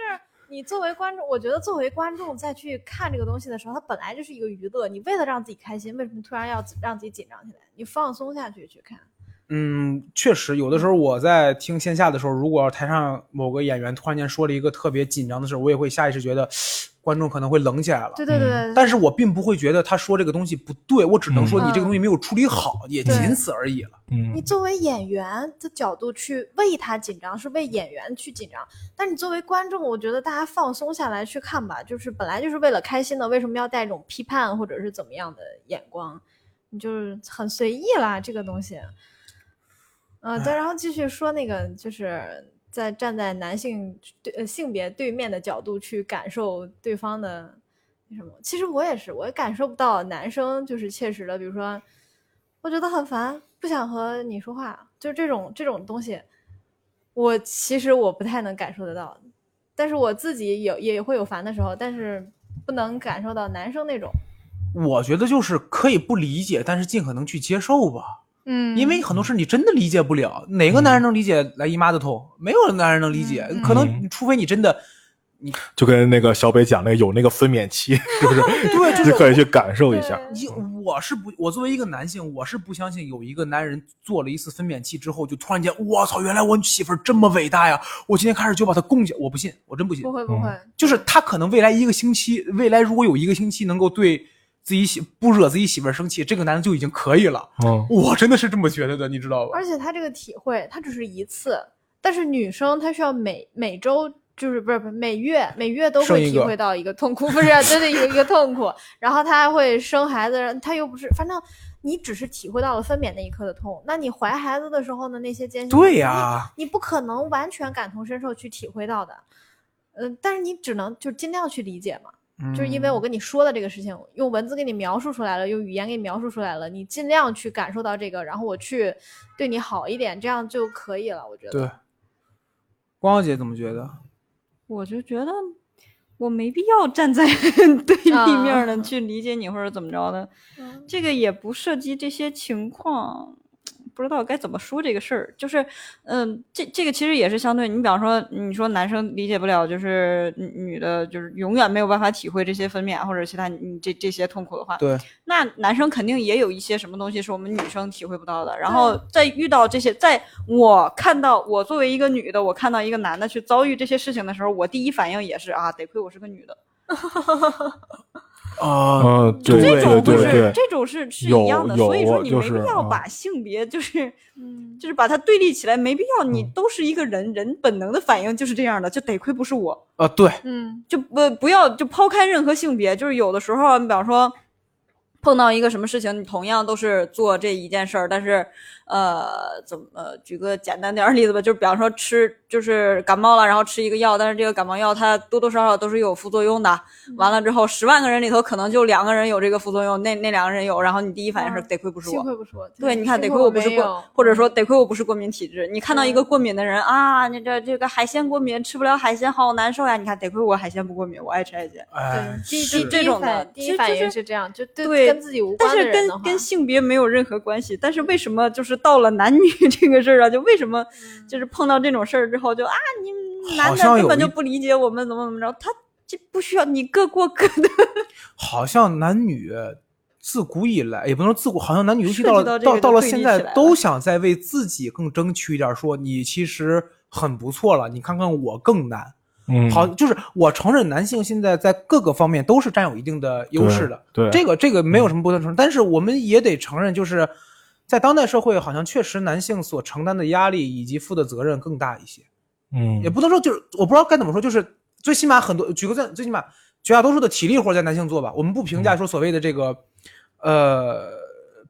S4: 你作为观众，我觉得作为观众再去看这个东西的时候，它本来就是一个娱乐，你为了让自己开心，为什么突然要让自己紧张起来？你放松下去去看，
S3: 嗯，确实，有的时候我在听线下的时候，如果台上某个演员突然间说了一个特别紧张的事儿，我也会下意识觉得观众可能会冷起来了。
S4: 对对对对，
S3: 但是我并不会觉得他说这个东西不对，我只能说
S4: 嗯
S3: 你这个东西没有处理好，也
S4: 对
S3: 仅此而已了。
S1: 嗯
S4: 你作为演员的角度去为他紧张，是为演员去紧张。但你作为观众，我觉得大家放松下来去看吧，就是本来就是为了开心的，为什么要带一种批判或者是怎么样的眼光？你就是很随意啦，这个东西。嗯、再然后继续说那个，就是在站在男性对呃性别对面的角度去感受对方的那什么。其实我也是，我也感受不到男生就是切实的，比如说，我觉得很烦，不想和你说话，就是这种这种东西，我其实我不太能感受得到，但是我自己有也会有烦的时候，但是不能感受到男生那种。
S3: 我觉得就是可以不理解，但是尽可能去接受吧，
S5: 嗯
S3: 因为很多事你真的理解不了，哪个男人能理解来姨妈的痛？没有男人能理解，
S5: 嗯
S3: 可
S1: 嗯
S3: 能除非你真的
S1: 就跟那个小北讲那个有那个分娩期，是不是？
S3: 对
S1: 你可以去感受一下。
S4: 对
S3: 你我是不，我作为一个男性，我是不相信有一个男人做了一次分娩期之后，就突然间，我操，原来我媳妇儿这么伟大呀！我今天开始就把她供下，我不信，我真不信
S4: 不。会不会，
S3: 就是他可能未来一个星期，未来如果有一个星期能够对自己媳不惹自己媳妇儿生气，这个男的就已经可以了。
S1: 嗯，
S3: 我真的是这么觉得的，你知道吧
S4: 而？且他这个体会，他只是一次，但是女生她需要每每周。就是不是不是每月每月都
S3: 生
S4: 会
S3: 一
S4: 体
S3: 个
S4: 会到一个痛苦，不是啊真的一个一个痛苦，然后她还会生孩子，她又不是，反正你只是体会到了分娩那一刻的痛，那你怀孩子的时候呢，那些艰辛，
S3: 对呀、
S4: 你不可能完全感同身受去体会到的，嗯、但是你只能就尽量去理解嘛，就是因为
S3: 嗯
S4: 我跟你说的这个事情，用文字给你描述出来了，用语言给你描述出来了，你尽量去感受到这个，然后我去对你好一点，这样就可以了。我觉得，
S3: 对。光耀姐怎么觉得？
S5: 我就觉得我没必要站在 <laughs> 对立面儿的 <laughs> 去理解你或者怎么着的，
S4: 嗯
S5: 这个也不涉及这些情况，不知道该怎么说这个事儿。就是，嗯，这这个其实也是相对，你比方说，你说男生理解不了，就是女女的，就是永远没有办法体会这些分娩啊或者其他你这这些痛苦的话，
S3: 对，
S5: 那男生肯定也有一些什么东西是我们女生体会不到的。然后在遇到这些，在我看到我作为一个女的，我看到一个男的去遭遇这些事情的时候，我第一反应也是啊，得亏我是个女的。
S3: 啊、
S1: 嗯，对
S5: 这
S1: 对
S5: 种
S1: 对
S5: 不是
S1: 对，
S5: 这种是是
S1: 有
S5: 一样的，
S1: 有
S5: 所以说你
S1: 就
S5: 没必
S1: 是
S5: 要
S1: 嗯
S5: 把性别就是、
S4: 嗯，
S5: 就是把它对立起来，没必要。你
S1: 嗯
S5: 都是一个人，人本能的反应就是这样的，就得亏不是我。
S3: 呃，对，
S4: 嗯，
S5: 就不不要就抛开任何性别，就是有的时候啊，你比方说碰到一个什么事情，你同样都是做这一件事儿，但是呃，怎么呃举个简单点儿例子吧，就是比方说吃，就是感冒了，然后吃一个药，但是这个感冒药它多多少少都是有副作用的。
S4: 嗯
S5: 完了之后，十万个人里头可能就两个人有这个副作用，那那两个人有，然后你第一反应是
S4: 嗯
S5: 得亏不是
S4: 幸
S5: 我。
S4: 亏不是我。
S5: 对，你看，
S4: 幸
S5: 得
S4: 亏
S5: 亏我不是
S4: 没
S5: 过
S4: 有，嗯
S5: 或者说得亏我不是过敏体质。你看到一个过敏的人啊，你这这个海鲜过敏，吃不了海鲜，好难受呀！你看，得亏我海鲜不过敏，我爱吃海鲜。
S3: 哎，
S4: 对，第
S5: 是
S4: 第
S3: 是
S5: 这
S4: 第一
S5: 种的
S4: 反第
S5: 其
S4: 一
S5: 实
S4: 反
S5: 就
S4: 应
S5: 是
S4: 是这样，就
S5: 对
S4: 跟自己无
S5: 但
S4: 关的
S5: 是
S4: 人
S5: 跟
S4: 的话，
S5: 跟性别没有任何关系。但是为什么就是到了男女 <laughs> 这个事儿啊，就为什么
S4: 嗯
S5: 就是碰到这种事儿之后就啊，你男
S3: 好
S5: 的
S3: 像
S5: 根
S3: 有
S5: 本就
S3: 一
S5: 不理解我们怎么怎么着，他这不需要你各过各的。
S3: 好像男女自古以来，也不能说自古，好像男女尤其
S5: 涉及
S3: 到了
S5: 到这个
S3: 到
S5: 就
S3: 到了
S5: 对立
S3: 现
S5: 起
S3: 在
S5: 来了，嗯
S3: 都想再为自己更争取一点，说你其实很不错了，你看看我更难。
S1: 嗯，
S3: 好，就是我承认男性现在在各个方面都是占有一定的优势的，
S1: 对嗯对
S3: 这个这个没有什么不能承认，但是我们也得承认，就是在当代社会，好像确实男性所承担的压力以及负的责任更大一些。
S1: 嗯
S3: 也不能说就是我不知道该怎么说，就是最起码很多，举个最最起码绝大多数的体力活在男性做吧，我们不评价说所谓的这个、呃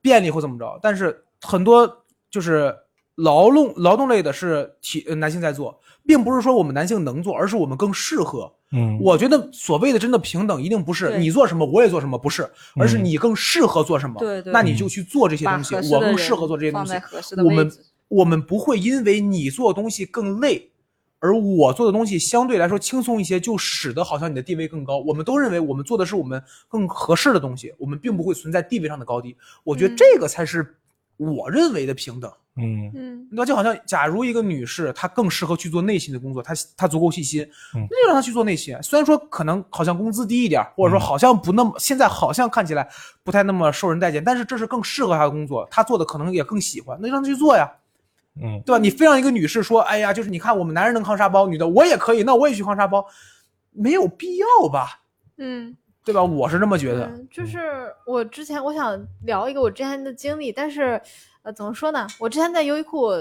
S3: 便利或怎么着，但是很多就是劳动劳动类的是体呃男性在做，并不是说我们男性能做，而是我们更适合。
S1: 嗯，
S3: 我觉得所谓的真的平等，一定不是
S5: 对
S3: 你做什么我也做什么，不是，而是
S1: 嗯
S3: 你更适合做什么，
S5: 对对
S3: 那你就去做
S4: <laughs>
S3: 这些东西，我更适合做这些东西，
S5: 合适
S3: 我们我们不会因为你做的东西更累，而我做的东西相对来说轻松一些，就使得好像你的地位更高。我们都认为我们做的是我们更合适的东西，我们并不会存在地位上的高低。我觉得
S4: 嗯
S3: 这个才是我认为的平等。
S1: 嗯
S4: 嗯，
S3: 那就好像，假如一个女士她更适合去做内心的工作，她她足够细心，
S1: 嗯
S3: 那就让她去做内心。虽然说可能好像工资低一点，或者
S1: 嗯
S3: 说好像不那么，现在好像看起来不太那么受人待见，但是这是更适合她的工作，她做的可能也更喜欢，那就让她去做呀。
S1: 嗯，
S3: 对吧？你非让一个女士说，哎呀，就是你看我们男人能扛沙包，女的我也可以，那我也去扛沙包，没有必要吧？
S4: 嗯。
S3: 对吧？我是这么觉得。
S4: 嗯，就是我之前我想聊一个我之前的经历，但是呃，怎么说呢？我之前在优衣库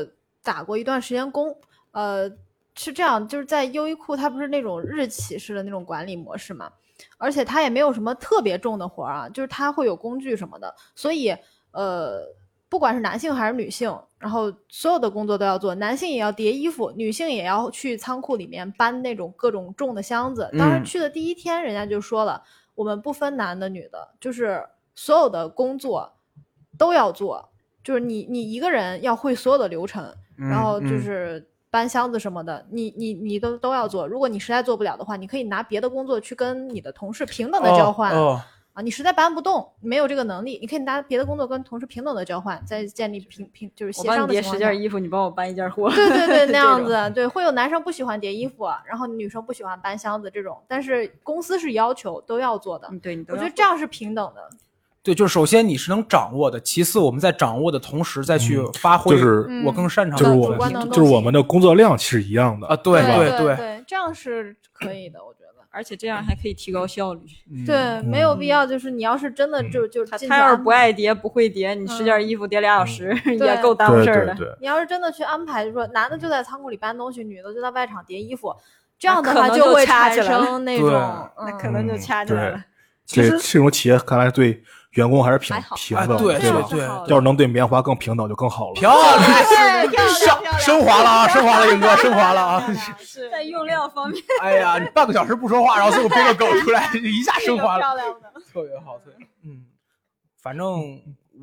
S4: 打过一段时间工，呃，是这样，就是在优衣库它不是那种日企式的那种管理模式嘛，而且它也没有什么特别重的活儿啊，就是它会有工具什么的，所以呃，不管是男性还是女性，然后所有的工作都要做，男性也要叠衣服，女性也要去仓库里面搬那种各种重的箱子。当时
S3: 嗯
S4: 去的第一天，人家就说了，我们不分男的女的，就是所有的工作都要做，就是你你一个人要会所有的流程，然后就
S3: 嗯
S4: 是搬箱子什么的，你你你都都要做。如果你实在做不了的话，你可以拿别的工作去跟你的同事平等的交换。
S3: 哦哦
S4: 啊，你实在搬不动，没有这个能力，你可以拿别的工作跟同事平等的交换，再建立平平就是
S5: 我
S4: 协
S5: 帮
S4: 商
S5: 你
S4: 的情
S5: 叠
S4: 况
S5: 十
S4: 下
S5: 件衣服，你帮我搬一件货。
S4: 对对对，
S5: <laughs> 这
S4: 那样
S5: 种
S4: 子对，会有男生不喜欢叠衣服，啊然后女生不喜欢搬箱子这种，但是公司是要求都要做的，
S5: 嗯，对你都
S4: 我
S5: 要
S4: 觉得这样是平等的。
S3: 对，就是首先你是能掌握的，其次我们在掌握的同时再去发挥，
S1: 就是
S4: 嗯
S3: 我更擅长
S1: 就
S3: 的
S1: 是
S4: 主
S1: 我
S3: 东
S4: 观
S3: 西
S4: 能
S1: 们
S4: 动
S1: 就是我
S4: 性
S1: 们的工作量是一样的
S3: 啊，对
S4: 对
S3: 对，
S4: 对，这样是可以的，我觉得。
S5: 而且这样还可以提高效率。
S3: 嗯
S4: 对，没有必要，就是你要是真的就就
S5: 嗯他
S4: 进去嗯
S5: 他要是
S4: 安
S5: 不爱叠不会叠，你十件衣服叠俩小时 <laughs> 也够耽误
S1: 对
S5: 事
S1: 对
S5: 儿了。
S1: 对，
S4: 你要是真的去安排，就说男的就在仓库里搬东西，女的就在外场叠衣服，这样的
S5: 可
S4: 话
S5: 能就
S4: 会
S5: 掐
S4: 产
S5: 起来了
S4: 生那
S3: 对
S4: 种，
S5: 那
S4: 嗯
S5: 可能就
S1: 嗯
S5: 掐起来
S1: 对
S5: 了。
S3: 其
S1: 这
S3: 实
S1: 这种企业看来对员工还是平
S5: 还好
S1: 平
S3: 啊，
S1: 等，
S3: 对
S5: 这
S1: 吧
S5: 样？
S3: 对
S5: 就好了
S1: 要是能对棉花更平等就更好了。
S3: 漂亮，
S4: 对哎
S5: <laughs>
S4: 漂亮漂亮
S3: 升华了啊，升华了，英哥，升华了啊！
S4: <laughs> 是
S5: 在用料方面，
S3: 哎呀，你半个小时不说话，然后最后编个梗出来，一下升华了。嗯
S4: 亮的。
S3: <laughs> 特别好，特别嗯，反正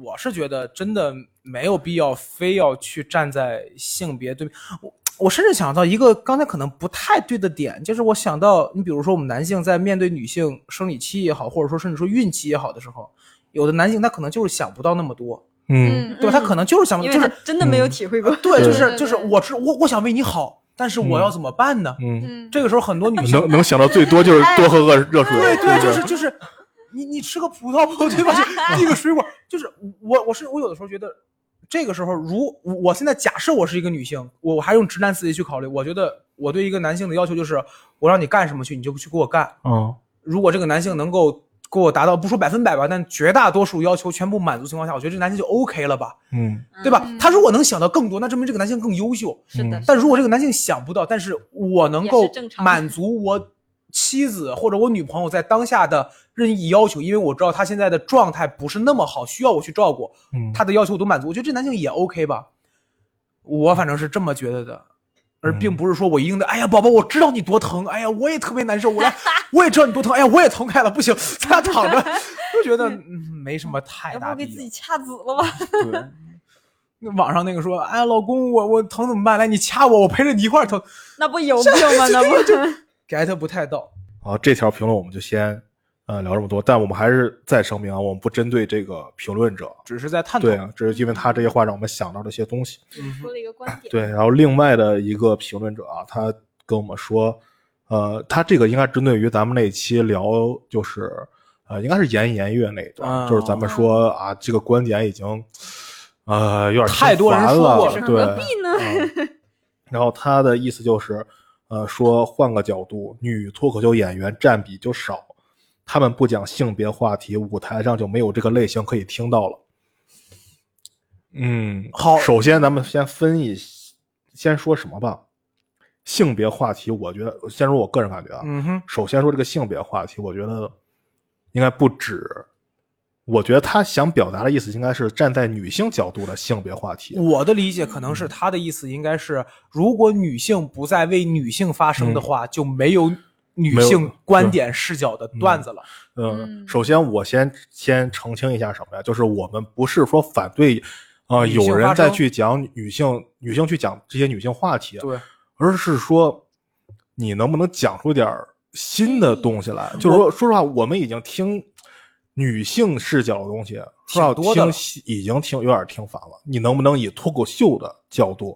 S3: 我是觉得真的没有必要非要去站在性别对面。我我甚至想到一个刚才可能不太对的点，就是我想到你比如说我们男性在面对女性生理期也好，或者说甚至说孕期也好的时候，有的男性他可能就是想不到那么多，
S1: 嗯，
S3: 对吧？他可能就是想不
S5: 因
S3: 就
S5: 为他
S3: 是嗯
S5: 真的没有体会过。
S3: 对，就
S4: 对
S3: 是
S4: 对
S3: 就是我知我我想为你好，但是我要怎么办呢？
S1: 嗯
S5: 嗯，
S3: 这个时候很多女
S1: 嗯，
S3: 性
S1: 能能想到最多就是多喝个热水，
S3: 对哎对，就
S1: 不
S3: 是就是，你你吃个葡萄不对吧？就 <laughs> 递个水果，就是我我是我有的时候觉得，这个时候如我我现在假设我是一个女性，我我还用直男思维去考虑，我觉得我对一个男性的要求就是，我让你干什么去你就去给我干。
S1: 嗯，
S3: 如果这个男性能够给我达到不说百分百吧，但绝大多数要求全部满足情况下，我觉得这男性就 OK 了吧，
S1: 嗯
S3: 对吧？他如果能想到更多，那证明这个男性更优秀。
S5: 是的，
S3: 但如果这个男性想不到，但是我能
S5: 也
S3: 够
S5: 是正常的
S3: 满足我妻子或者我女朋友在当下的任意要求，因为我知道她现在的状态不是那么好，需要我去照顾
S1: 嗯，
S3: 她的要求我都满足，我觉得这男性也 OK 吧，我反正是这么觉得的。而并不是说我一定的，哎呀，宝宝，我知道你多疼，哎呀，我也特别难受，我来，
S5: <laughs>
S3: 我也知道你多疼，哎呀，我也疼开了，不行， <laughs> 咱俩躺着，
S5: <laughs>
S3: 就觉得、嗯、没什么太
S5: 要
S3: 大
S5: 不
S3: 必
S5: 哎给
S3: 要。
S5: 自己掐紫了吧？
S3: 对，那网上那个说，哎，老公，我我疼怎么办？来，你掐我，我陪着你一块儿疼。
S5: 那不有病
S4: <laughs>
S5: 吗？那 <laughs> 不
S3: get 不太到。
S1: 好，这条评论我们就先呃聊这么多，但我们还是再声明啊，我们不针对这个评论者，
S3: 只是在探讨。
S1: 对啊，只是因为他这些话让我们想到了一些东西。
S5: 说了一个观点。
S1: 对，然后另外的一个评论者啊，他跟我们说，呃，他这个应该针对于咱们那一期聊，就是呃，应该是言言乐那一段，
S3: 啊
S1: 就是咱们说啊，这个观点已经呃有点
S3: 太多人
S1: 听烦
S3: 说过
S1: 了，
S3: 了
S1: 对，
S5: 何必呢
S1: 嗯然后他的意思就是，呃，说换个角度，女脱口秀演员占比就少，他们不讲性别话题，舞台上就没有这个类型可以听到了。嗯，
S3: 好
S1: 首先咱们先分一，先说什么吧？性别话题，我觉得先说我个人感觉啊，
S3: 嗯哼，
S1: 首先说这个性别话题，我觉得应该不止。我觉得他想表达的意思应该是站在女性角度的性别话题。
S3: 我的理解可能是他的意思应该是，如果女性不再为女性发声的话，就没有女
S1: 嗯没
S3: 性
S1: 有
S3: 观点视角的段子了。
S1: 嗯，
S5: 嗯
S1: 首先我先先澄清一下什么呀？就是我们不是说反对，呃，
S3: 女性
S1: 有人
S3: 发
S1: 再
S3: 声
S1: 去讲女性女性去讲这些女性话题，
S3: 对，
S1: 而是说你能不能讲出点儿新的东西
S3: 嗯
S1: 来？就是说，说实话，我们已经听女性视角的东西，说实话
S3: 挺多的
S1: 听
S3: 了
S1: 西已经听有点听烦了。你能不能以脱口秀的角度，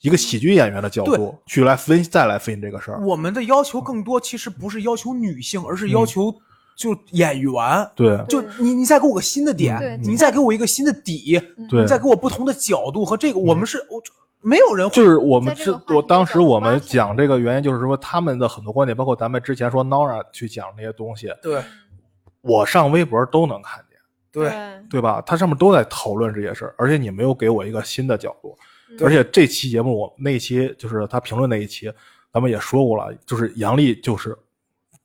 S1: 一个喜剧演员的角
S3: 对
S1: 度去来分再来分析这个事儿？
S3: 我们的要求更多，其实不是要求女性，而是
S1: 嗯
S3: 要求就演员。
S1: 对
S3: 就你，你再给我个新的
S4: 对
S3: 点，
S4: 对
S3: 你再给我一个新的底，
S1: 嗯对嗯
S3: 你，再给我不同的角度和这个，我们是，我没有人会
S1: 就是我们
S4: 在这
S1: 之
S4: 个话题
S1: 我当
S4: 角
S1: 时
S4: 度
S1: 我
S4: 发
S1: 们
S4: 展
S1: 讲这个原因，就是说他们的很多观点，包括咱们之前说 Nora 去讲那些东西，
S3: 对
S1: 我上微博都能看见，
S4: 嗯
S3: 对
S4: 啊
S1: 对吧？它上面都在讨论这些事儿，而且你没有给我一个新的角度。
S4: 对
S1: 而且这期节目我那一期就是他评论那一期，咱们也说过了，就是杨笠就是，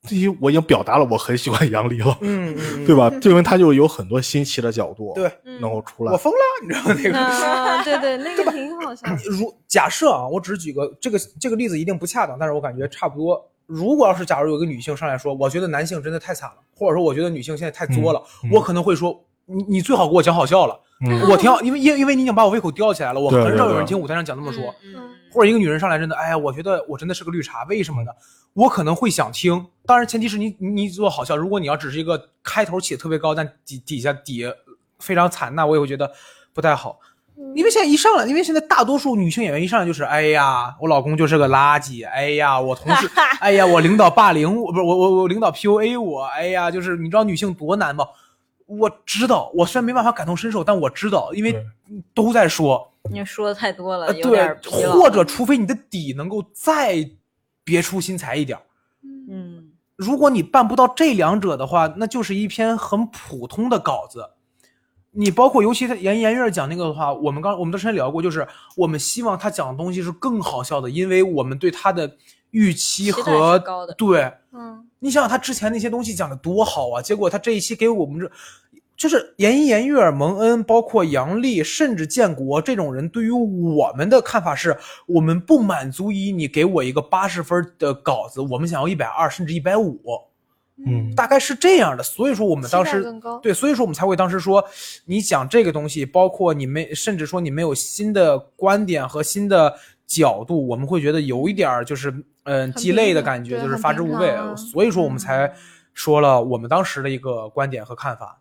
S1: 第一我已经表达了我很喜欢杨笠了，
S3: 嗯，嗯
S1: 对？吧？就因为他就有很多新奇的角度，
S3: 对，
S1: 能够出来
S3: 我。疯了，你知道那个。
S5: <laughs>
S4: 嗯，对对，那个挺好笑的。
S3: <clears throat> 如假设啊，我只举个这个这个例子一定不恰当，但是我感觉差不多。如果要是假如有一个女性上来说，我觉得男性真的太惨了，或者说我觉得女性现在太作了，
S1: 嗯嗯
S3: 我可能会说，你你最好给我讲好笑了，
S1: 嗯
S3: 我挺好，因为因为因为你已经把我胃口吊起来了，我
S1: 对
S3: 很
S1: 对
S3: 少有
S1: 对
S3: 人听舞台上讲那么说。
S5: 嗯
S3: 或者一个女人上来真的，哎呀，我觉得我真的是个绿茶，为什么呢？我可能会想听，当然前提是你你你做好笑。如果你要只是一个开头起得特别高，但底底下底非常惨，那我也会觉得不太好。因为现在一上来，因为现在大多数女性演员一上来就是，哎呀，我老公就是个垃圾，哎呀，我同事，哎呀，我领导霸凌我，不是我我我领导 PUA 我，哎呀，就是你知道女性多难吗？我知道，我虽然没办法感同身受，但我知道，因为
S1: 对
S3: 都在说，
S5: 你说的太多了，
S3: 呃，
S5: 有点疲
S3: 对，
S5: 劳。
S3: 或者除非你的底能够再别出心裁一点儿，
S5: 嗯，
S3: 如果你办不到这两者的话，那就是一篇很普通的稿子。你包括尤其他严严月讲那个的话，我们刚我们之前聊过，就是我们希望他讲的东西是更好笑的，因为我们对他的预期
S5: 期待是
S3: 和
S5: 高的
S3: 对
S4: 嗯，
S3: 你想想他之前那些东西讲的多好啊，结果他这一期给我们这，就是严一、严悦、蒙恩，包括杨笠，甚至建国这种人，对于我们的看法是，我们不满足于你给我一个八十分的稿子，我们想要一百二甚至一百五，
S1: 嗯
S3: 大概是这样的。所以说我们当
S4: 期待
S3: 时
S4: 更高
S3: 对，所以说我们才会当时说，你讲这个东西，包括你没，甚至说你没有新的观点和新的角度，我们会觉得有一点儿就是嗯、鸡肋的
S4: 平
S3: 感觉，
S4: 对
S3: 就是
S4: 很
S3: 发之
S4: 平
S3: 无味。
S4: 常啊
S3: 所以说我们才说了我们当时的一个观点和看法。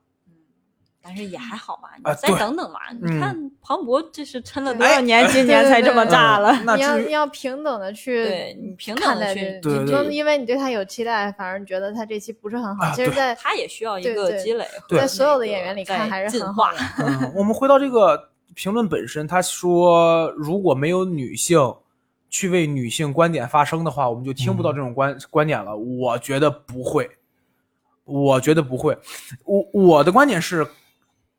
S5: 但是也还好吧，你
S3: 啊
S5: 再
S3: 对
S5: 等等吧。
S3: 嗯
S5: 你看庞博这是撑了
S4: 对哎
S5: 多少年，今年才这么炸了？
S3: 嗯那
S4: 你要
S3: 至
S4: 你
S3: 于
S4: 要平等的去
S5: 对你平等
S4: 看
S5: 地
S4: 待
S5: 去
S4: 这个
S3: 对
S4: 你
S3: 对
S4: 就
S3: 对
S4: 因为你对他有期待，反而觉得他这期不是很好。
S3: 啊
S4: 其实
S3: 对
S4: 在，
S5: 他也需要一
S4: 对
S5: 个
S4: 对
S5: 积累和那个在
S3: 对
S4: 所有的演员里看还是
S5: 进
S4: 很好
S5: 化
S4: 的。
S3: 嗯，我们回到这个评论本身，他说如果没有女性去为女性观点发声的话，我们就听不到这种观、观点了。我觉得不会，我觉得不会。我我的观点是，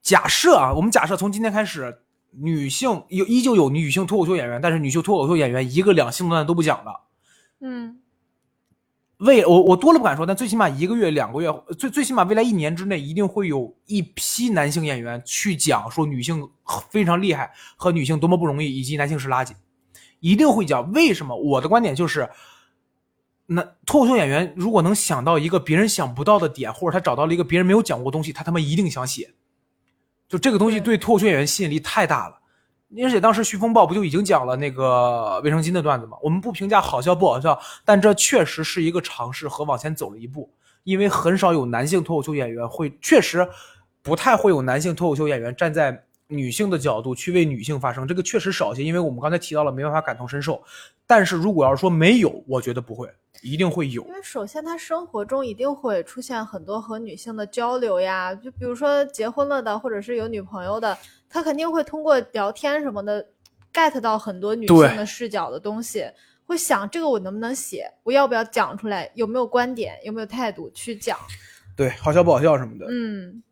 S3: 假设啊，我们假设从今天开始，女性有依旧有女性脱口秀演员，但是女性脱口秀演员一个两性段都不讲了。
S4: 嗯，
S3: 未我我多了不敢说，但最起码一个月、两个月，最最起码未来一年之内，一定会有一批男性演员去讲说女性非常厉害和女性多么不容易，以及男性是垃圾，一定会讲。为什么？我的观点就是，那脱口秀演员如果能想到一个别人想不到的点，或者他找到了一个别人没有讲过的东西，他他妈一定想写。就这个东西对脱口秀演员吸引力太大了。而且当时徐风暴不就已经讲了那个卫生巾的段子吗？我们不评价好笑不好笑，但这确实是一个尝试和往前走了一步，因为很少有男性脱口秀演员会，确实不太会有男性脱口秀演员站在女性的角度去为女性发声，这个确实少一些，因为我们刚才提到了没办法感同身受。但是如果要是说没有，我觉得不会，一定会有
S4: 因。为首先他生活中一定会出现很多和女性的交流呀，就比如说结婚了的，或者是有女朋友的，他肯定会通过聊天什么的 get 到很多女性
S3: 对
S4: 的视角的东西。会想这个我能不能写，我要不要讲出来，有没有观点，有没有态度去讲？
S3: 对，好笑不好笑什么的。
S4: 嗯，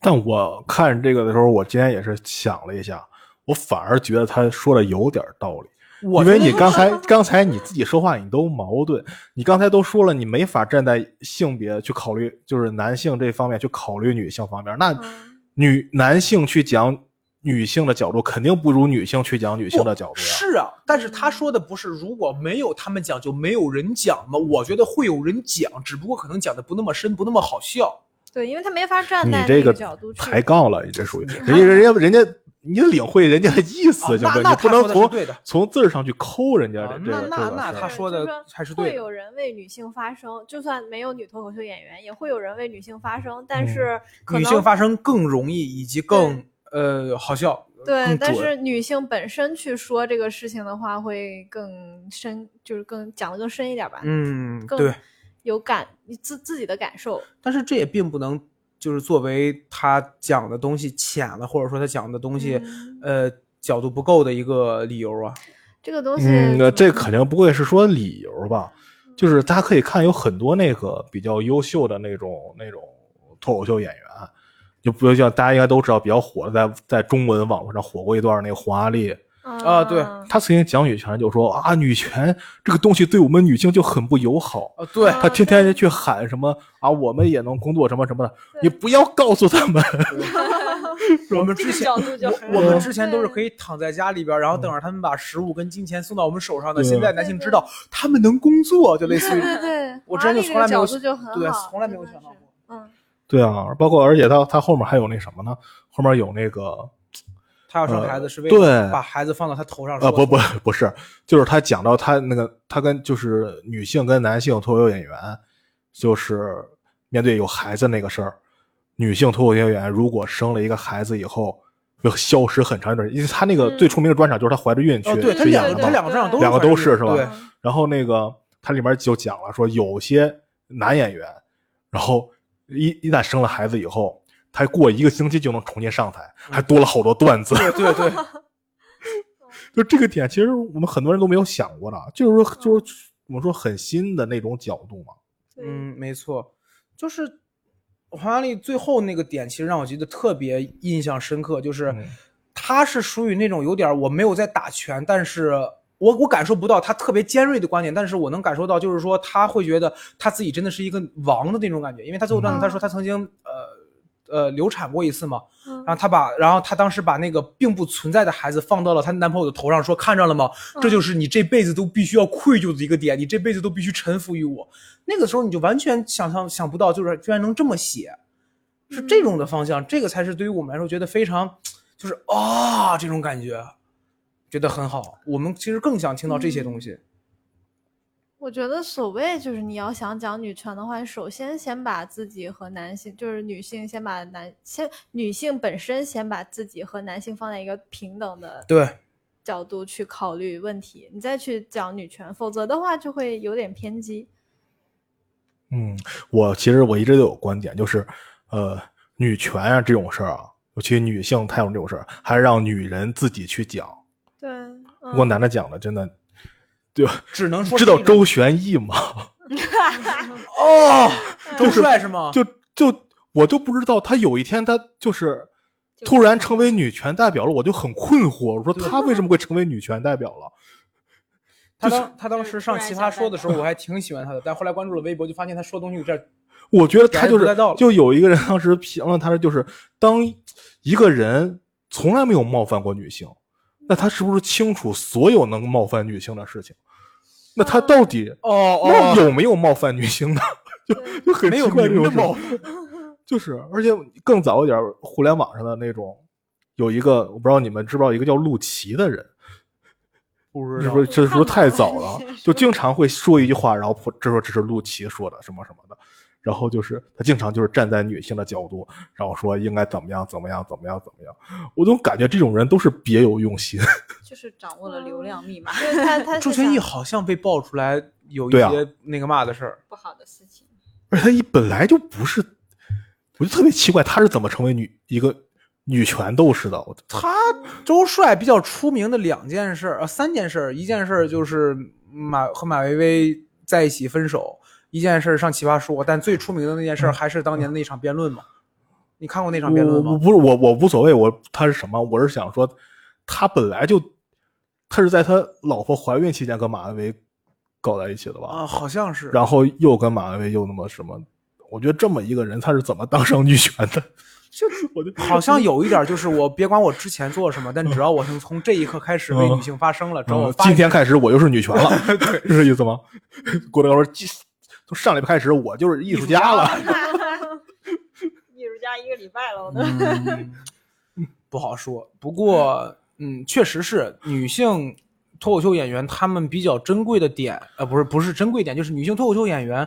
S1: 但我看这个的时候，我今天也是想了一下，我反而觉得他说的有点道理。
S3: 我
S1: 因为
S3: 觉得
S1: 你刚才刚才你自己说话你都矛盾，你刚才都说了，你没法站在性别去考虑，就是男性这方面去考虑女性方面。那
S3: 嗯
S1: 女男性去讲女性的角度，肯定不如女性去讲女性的角度呀。
S3: 是啊，但是他说的不是如果没有他们讲就没有人讲吗？我觉得会有人讲，只不过可能讲的不那么深，不那么好笑。
S4: 对，因为他没法站
S1: 你
S4: 在
S1: 这
S4: 那
S1: 个
S4: 角度去
S1: 抬杠了，你这属于人家人家人家你领会人家的意思就
S3: 啊
S1: 是，
S3: 那
S1: 你不能
S3: 那他说的是
S1: 从
S3: 对的
S1: 从字儿上去抠人家
S3: 啊
S1: 的这
S3: 那
S1: 个这
S3: 那那
S1: 个事
S3: 他
S1: 儿。
S3: 说
S4: 就是
S3: 的还是对
S4: 会
S3: 的。
S4: 有人为女性发声，就算没有女脱口秀演员，也会有人为女性发声，
S1: 嗯
S4: 但是可
S3: 女
S4: 能、
S3: 性发声更容易，以及更呃好笑。
S4: 对
S3: 更，
S4: 但
S3: 准
S4: 是女性本身去说这个事情的话，会更深，就是更讲的更深一点吧，
S3: 嗯，
S4: 更
S3: 对。
S4: 有感你自自己的感受。
S3: 但是这也并不能就是作为他讲的东西浅了，或者说他讲的东西、
S4: 嗯
S3: 呃角度不够的一个理由啊。
S4: 这个东西，
S1: 嗯，那这肯定不会是说理由吧？就是大家可以看有很多那个比较优秀的那种那种脱口秀演员，就不像大家应该都知道比较火的，在在中文网络上火过一段那个黄阿丽，
S3: 啊对
S4: 嗯
S1: 她曾经讲女权就说啊，女权这个东西对我们女性就很不友好。
S3: 哦，对
S1: 她天天就去喊什么啊，我们也能工作什么什么的，你不要告诉他们。
S3: <laughs>
S1: <laughs>
S3: 我们
S5: <laughs> 这
S3: 之
S5: 个
S3: 前
S5: 角度就很
S3: <laughs> 我们
S5: 好
S3: 之前都是可以躺在家里边，然后等着他们把食物跟金钱送到我们手上
S1: 嗯
S3: 的。
S1: 对
S3: 现在男性知道他们能工作，就类似于
S4: <laughs> 对对对，
S3: <laughs> 我之
S4: 华
S3: 前就
S4: 丽这
S3: 从
S4: 个
S3: 来没有
S4: 角度就很好，
S3: 对从来没有
S4: 真的
S3: 想到
S4: 是
S3: 过。
S4: 嗯，
S1: 对啊，包括而且他他后面还有那什么呢？后面有那个
S3: 他要生
S1: 呃
S3: 孩子是为了
S1: 对
S3: 把孩子放到他头上
S1: 啊，不
S3: 说
S1: 不不是，就是他讲到他那个他跟就是女性跟男性脱口秀演员，就是面对有孩子那个事儿，女性脱口秀演员如果生了一个孩子以后，会消失很长一段时间，因为他那个
S4: 嗯
S1: 最出名的专场就是他怀着孕去、
S3: 哦，对他
S1: 去
S3: 两
S1: 演的
S3: 个他
S1: 嘛，
S3: 两个站长都
S1: 两个都是
S3: 是怀
S1: 是
S3: 孕
S1: 吧
S3: 对，
S4: 嗯
S1: 然后那个它里面就讲了说，有些男演员，然后一一旦生了孩子以后，他过一个星期就能重新上台，还多了好多段子。
S3: 对对对，
S1: 就这个点，其实我们很多人都没有想过的，啊就是说，就是我们说很新的那种角度嘛。
S4: 对
S3: 嗯，没错，就是黄安丽最后那个点，其实让我觉得特别印象深刻，就是
S1: 嗯
S3: 他是属于那种有点儿我没有在打拳，但是我我感受不到他特别尖锐的观点，但是我能感受到，就是说他会觉得他自己真的是一个王的那种感觉，因为他最后段子他说他曾经呃呃流产过一次嘛，
S4: 嗯
S3: 然后她把，然后她当时把那个并不存在的孩子放到了她男朋友的头上，说看着了吗？这
S5: 嗯
S3: 就是你这辈子都必须要愧疚的一个点，你这辈子都必须臣服于我。那个时候你就完全想象想不到，就是居然能这么写，是这种的方向，这个才是对于我们来说觉得非常，就是啊、这种感觉，觉得很好。我们其实更想听到这些东西。
S5: 嗯
S4: 我觉得所谓就是你要想讲女权的话，首先先把自己和男性，就是女性先把男先女性本身先把自己和男性放在一个平等的
S3: 对，
S4: 角度去考虑问题，你再去讲女权，否则的话就会有点偏激。
S1: 嗯，我其实我一直都有观点，就是，呃，女权啊这种事儿啊，尤其女性她有这种事儿，还是让女人自己去讲。
S4: 对，
S5: 嗯
S1: 如果男的讲了，真的，对吧？
S3: 只能说
S1: 知
S3: 是
S1: 道
S3: 一种
S1: 周旋义 <laughs> 吗？
S3: 哦，周帅是吗？
S1: 就就我就不知道他有一天他就是突然成为女权代表了，我就很困惑，我说他为什么会成为女权代表了？
S3: 他当他当时上
S5: 突然
S3: 奇葩
S5: 想
S3: 说
S5: 到
S3: 的时候，我还挺喜欢他的，但后来关注了微博，就发现他说东西有点儿
S1: 我觉得他就
S3: 感觉不太到了
S1: 是就有一个人当时评论他的就是当一个人从来没有冒犯过女性，那他是不是清楚所有能冒犯女性的事情？那他到底
S3: 哦
S1: 那有没有冒犯女性呢？
S4: 对
S1: <laughs> 就很
S3: 没
S1: 奇
S3: 有
S1: 怪这
S3: 明
S1: 种
S3: 着
S1: 事
S3: 冒
S1: 儿。 <laughs> 就是，而且更早一点儿，互联网上的那种，有一个我不知道你们知不知道，一个叫陆琪的人，
S3: 不
S1: 是不是这是不是太早了？就经常会说一句话，然后不这说这是陆琪说的什么什么的，然后就是他经常就是站在女性的角度，然后说应该怎么样怎么样怎么样怎么样，我总感觉这种人都是别有用心。
S5: 就是掌握了流量密码，
S4: 因为他他是
S3: 朱全义
S4: 想
S3: 好像被爆出来有一
S1: 对啊
S3: 些那个嘛的事儿，
S5: <laughs> 不好的事情。
S1: 而且他一本来就不是，我就特别奇怪他是怎么成为女一个女权斗士的，我
S3: 他周帅比较出名的两件事儿，呃，三件事儿，一件事儿就是马和马薇薇在一起分手，一件事儿上奇葩说，但最出名的那件事儿还是当年那场辩论嘛。你看过那场辩论
S1: 嗯我我
S3: 吗？
S1: 不是我我无所谓，我他是什么？我是想说，他本来就他是在他老婆怀孕期间跟马文薇搞在一起的吧？
S3: 啊，好像是。
S1: 然后又跟马文薇又那么什么？我觉得这么一个人，他是怎么当上女权的？
S3: <laughs> 就
S1: 我就
S3: 好像有一点就是我别管我之前做了什么，但只要我是从这一刻开始为女性发声了，只要我
S1: 嗯
S3: 发
S1: 今天开始我就是女
S3: <laughs>
S1: 权了，是这意思吗？郭德纲说，今从上礼拜开始我就是艺术家了。
S5: 艺术家一个礼拜 <laughs> 了，我都
S3: 嗯，不好说。不过，嗯，确实是女性脱口秀演员，她们比较珍贵的点，呃，不是不是珍贵点，就是女性脱口秀演员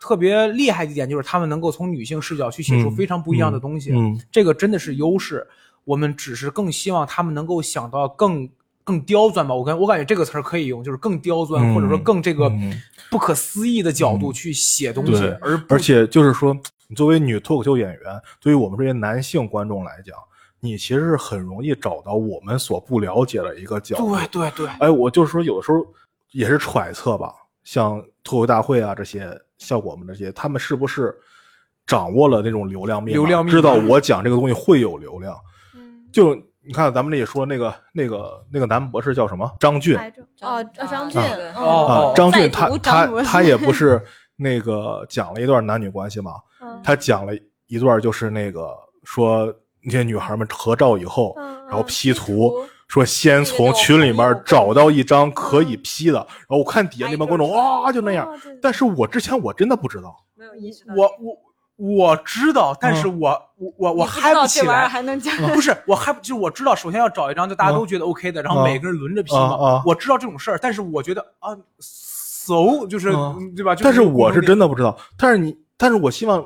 S3: 特别厉害的一点，就是她们能够从女性视角去写出
S1: 嗯
S3: 非常不一样的东西，
S1: 嗯，
S3: 这个真的是优势。我们只是更希望她们能够想到更。更刁钻吧，我感我感觉这个词儿可以用，就是更刁钻，
S1: 嗯
S3: 或者说更这个
S1: 嗯
S3: 不可思议的角度去写东西，
S1: 对
S3: 而不
S1: 而且就是说，你作为女脱口秀演员，对于我们这些男性观众来讲，你其实是很容易找到我们所不了解的一个角度。
S3: 对对对，
S1: 哎，我就是说，有的时候也是揣测吧，像脱口大会啊这些效果们这些，他们是不是掌握了那种流量密码，
S3: 流量密码
S1: 知道我讲这个东西会有流量？
S4: 嗯
S1: 就你看咱们这里说那个那个那个男博士叫什么张俊
S4: 癌症哦，
S5: 张
S4: 张俊
S5: 啊
S4: 哦
S1: 啊
S3: 哦，
S1: 张俊
S5: 哎在
S1: 他
S5: 读
S1: 他
S5: 张博士
S1: 他也不是那个讲了一段男女关系嘛，
S4: 嗯
S1: 他讲了一段，就是那个说那些女孩们合照以后，
S4: 嗯
S1: 然后
S4: 嗯
S1: P
S4: ，P 图
S1: 图，说先从群里面找到一张可以 P 的，然后我看底下那帮观众哇就那样
S4: 哦对对，
S1: 但是我之前我真的不知道，
S5: 没有意识到。
S3: 我我我知道，但
S1: 嗯
S3: 是我、我我我
S5: 嗯你
S3: 嗨
S5: 知道
S3: 起
S5: 这玩意儿
S3: 来。嗯
S5: 还能加。
S3: 不是我嗨，就是我知道，首先要找一张就大家
S1: 嗯
S3: 都觉得 OK 的，然后每个人轮着批嘛。
S1: 啊啊
S3: 我知道这种事儿，但是我觉得啊，so 就是、
S1: 啊
S3: 嗯对吧？就
S1: 但是
S3: 这个
S1: 我是
S3: 功能
S1: 真的不知道。但是你，但是我希望，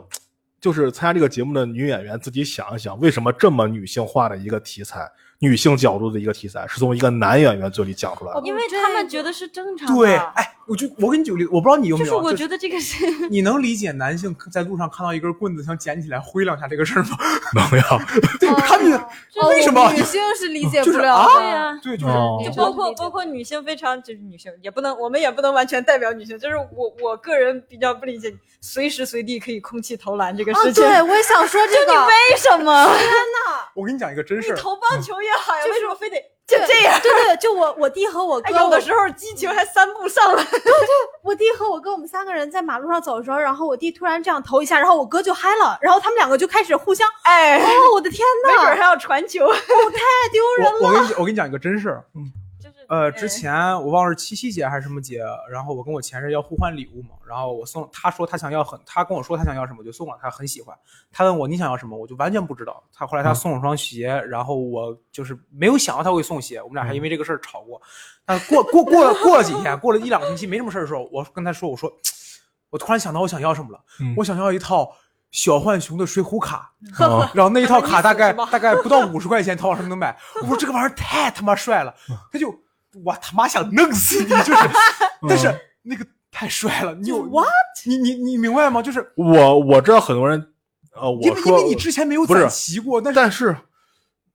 S1: 就是参加这个节目的女演员自己想一想，为什么这么女性化的一个题材，女性角度的一个题材，是从一个男演员嘴里讲出来的？
S5: 因为他们觉得是正常的。
S3: 对，哎，我就我给你举个例子，我不知道你有没
S5: 就
S3: 有
S5: 是
S3: 啊，<laughs>
S5: 我
S3: 就是
S5: 觉得这个是
S3: 你能理解男性在路上看到一根棍子想捡起来挥两下这个事儿吗？ <laughs>
S1: 能呀，
S3: 对，他们
S4: 哦
S3: 为什么
S4: 我女性是理解
S3: 就
S4: 不
S3: 是
S4: 了
S3: 啊
S4: <laughs> 的
S5: 对呀、
S3: <laughs> 对就是
S1: 哦
S5: 就
S4: 这
S5: 包
S4: 种
S5: 括
S4: 理解
S5: 包括女性非常就是女性也不能，我们也不能完全代表女性，就是我我个人比较不理解随时随地可以空气投篮这个
S4: 啊
S5: 事，情，
S4: 对，我也想说 <laughs> 这个。
S5: 为什么？
S3: 我跟你讲一个真事
S5: 你
S3: 儿，
S5: 投棒球也好呀，
S4: 就是
S5: 啊为什么非得就
S4: 对
S5: 这样？，
S4: 对对，就我我弟和我
S5: 哎，
S4: 哥，
S5: 有的
S4: 我
S5: 时候激情还三步上来，
S4: 我弟和我哥我们三个人在马路上走的时候，然后我弟突然这样投一下，然后我哥就嗨了，然后他们两个就开始互相，
S5: 哎，
S4: 哦，我的天
S5: <laughs> 没准
S4: 呐，
S5: 还要传
S3: <laughs>
S5: 球。
S4: 太丢人了。
S3: 我我跟你我跟你讲一个真事儿，
S5: 就是
S3: 呃，之前我忘了是七夕节还是什么节，然后我跟我前任要互换礼物嘛，然后我送他说他想要很，他跟我说他想要什么，我就送了，他很喜欢。他问我你想要什么，我就完全不知道。他后来他送了双鞋，然后我就是没有想到他会送鞋，我们俩还因为这个事儿吵过。但过过过了过了几天，过了一两个星期没什么事儿的时候，我跟他说我说，我突然想到我想要什么了，
S1: 嗯
S3: 我想要一套小浣熊的水浒卡。
S1: 呵呵
S3: 然后那一套卡大概
S1: <laughs>
S5: 你死是吧
S3: 大概不到五十块钱，淘宝上能买。我说这个玩意儿太他妈帅了，
S1: 嗯
S3: 他就我他妈想弄死你，就是，
S1: 嗯
S3: 但是那个太帅了，你有
S4: what？
S3: 你你你明白吗？就是
S1: 我我知道很多人，呃，
S3: 因
S1: 我
S3: 为因为
S1: 说
S3: 你之前没有
S1: 不是
S3: 攒齐过，但是
S1: 但是，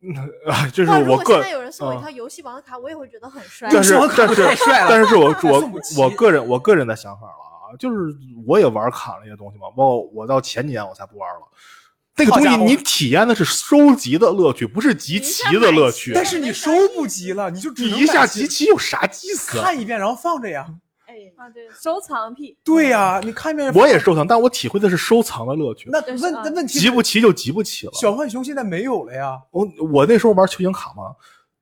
S1: 嗯啊，这是
S4: 哇，如
S1: 我
S4: 果
S1: 个
S4: 现在，有人送
S3: 嗯
S4: 我一套游戏王的卡，我也会觉得很帅。
S1: <laughs> 但是
S3: 送我卡
S1: 但是
S3: 太帅了
S1: 但
S3: <laughs>
S1: 是我
S3: 送不
S1: 我
S3: 起
S1: 我个人我个人的想法了啊，就是我也玩卡那些东西嘛，包括我到前几年我才不玩了。那个
S3: 好
S1: 东
S3: 家
S1: 西
S3: 伙
S1: 你体验的是收集的乐趣，不是集齐的乐趣。
S3: 但是你收不集了，你就只
S1: 你
S3: 能
S1: 一下
S3: 买
S1: 集齐有啥意思啊？
S3: 看一遍，然后放着呀。
S5: 哎，
S4: 啊，对，收藏癖。
S3: 对呀，你看一遍。
S1: 我也收藏，但我体会的是收藏的乐趣。
S3: 那
S4: 对
S3: 问
S4: 是啊
S3: 那问题
S1: 集不齐就集不齐了。
S3: 小浣熊现在没有了呀。
S1: 我我那时候玩球星卡嘛，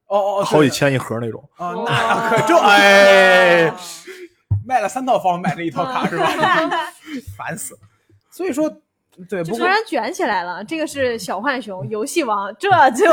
S3: 哦哦，哦
S1: 好几
S3: 对
S1: 千一盒那种。
S3: 啊，
S5: 哦
S3: 那可这哎。卖了三套房买了一套
S1: <laughs>
S3: 卡是吧？烦死了。所以说，对，
S4: 就突
S3: 不过
S4: 然卷起来了，这个是小浣熊游戏王，这就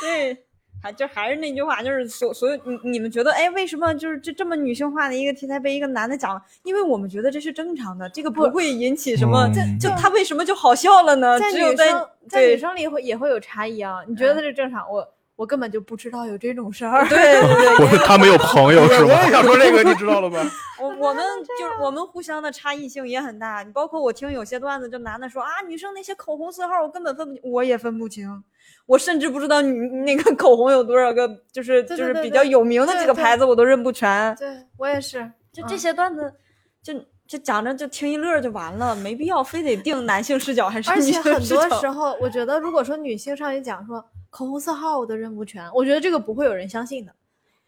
S5: 对， <laughs> 还就还是那句话，就是所所有你你们觉得，哎，为什么就是这这么女性化的一个题材被一个男的讲了？因为我们觉得这是正常的，这个不
S4: 不
S5: 会引起什么。
S1: 嗯
S5: 就他为什么就好笑了呢？
S4: 在
S5: 只有
S4: 女生在
S5: 对
S4: 女生里会也会有差异啊。你觉得这正常？我我根本就不知道有这种事儿。 <laughs>
S5: <laughs> 对对对，
S1: 我说他没有朋友是
S3: 对
S1: 吗？
S3: 我也想说这个，你知道了吧？
S5: 我我们哦就是我们互相的差异性也很大。你包括我听有些段子，就男的说啊，女生那些口红色号我根本分不清，我也分不清，我甚至不知道女那个口红有多少个，就是
S4: 对对
S5: 就是
S4: 对
S5: 比
S4: 对
S5: 较有名的
S4: 对
S5: 几个
S4: 对
S5: 牌子我都认不全。嗯
S4: 对我也是，
S5: 就这些段子，就就讲着就听一乐儿就完了，没必要非得定男性视角还
S4: <laughs>
S5: 是
S4: 而
S5: 女
S4: 且
S5: 性
S4: 很
S5: 视
S4: 多
S5: 角
S4: 时。候，我觉得如果说女性上去讲说口红色号我都认不全，我觉得这个不会有人相信的，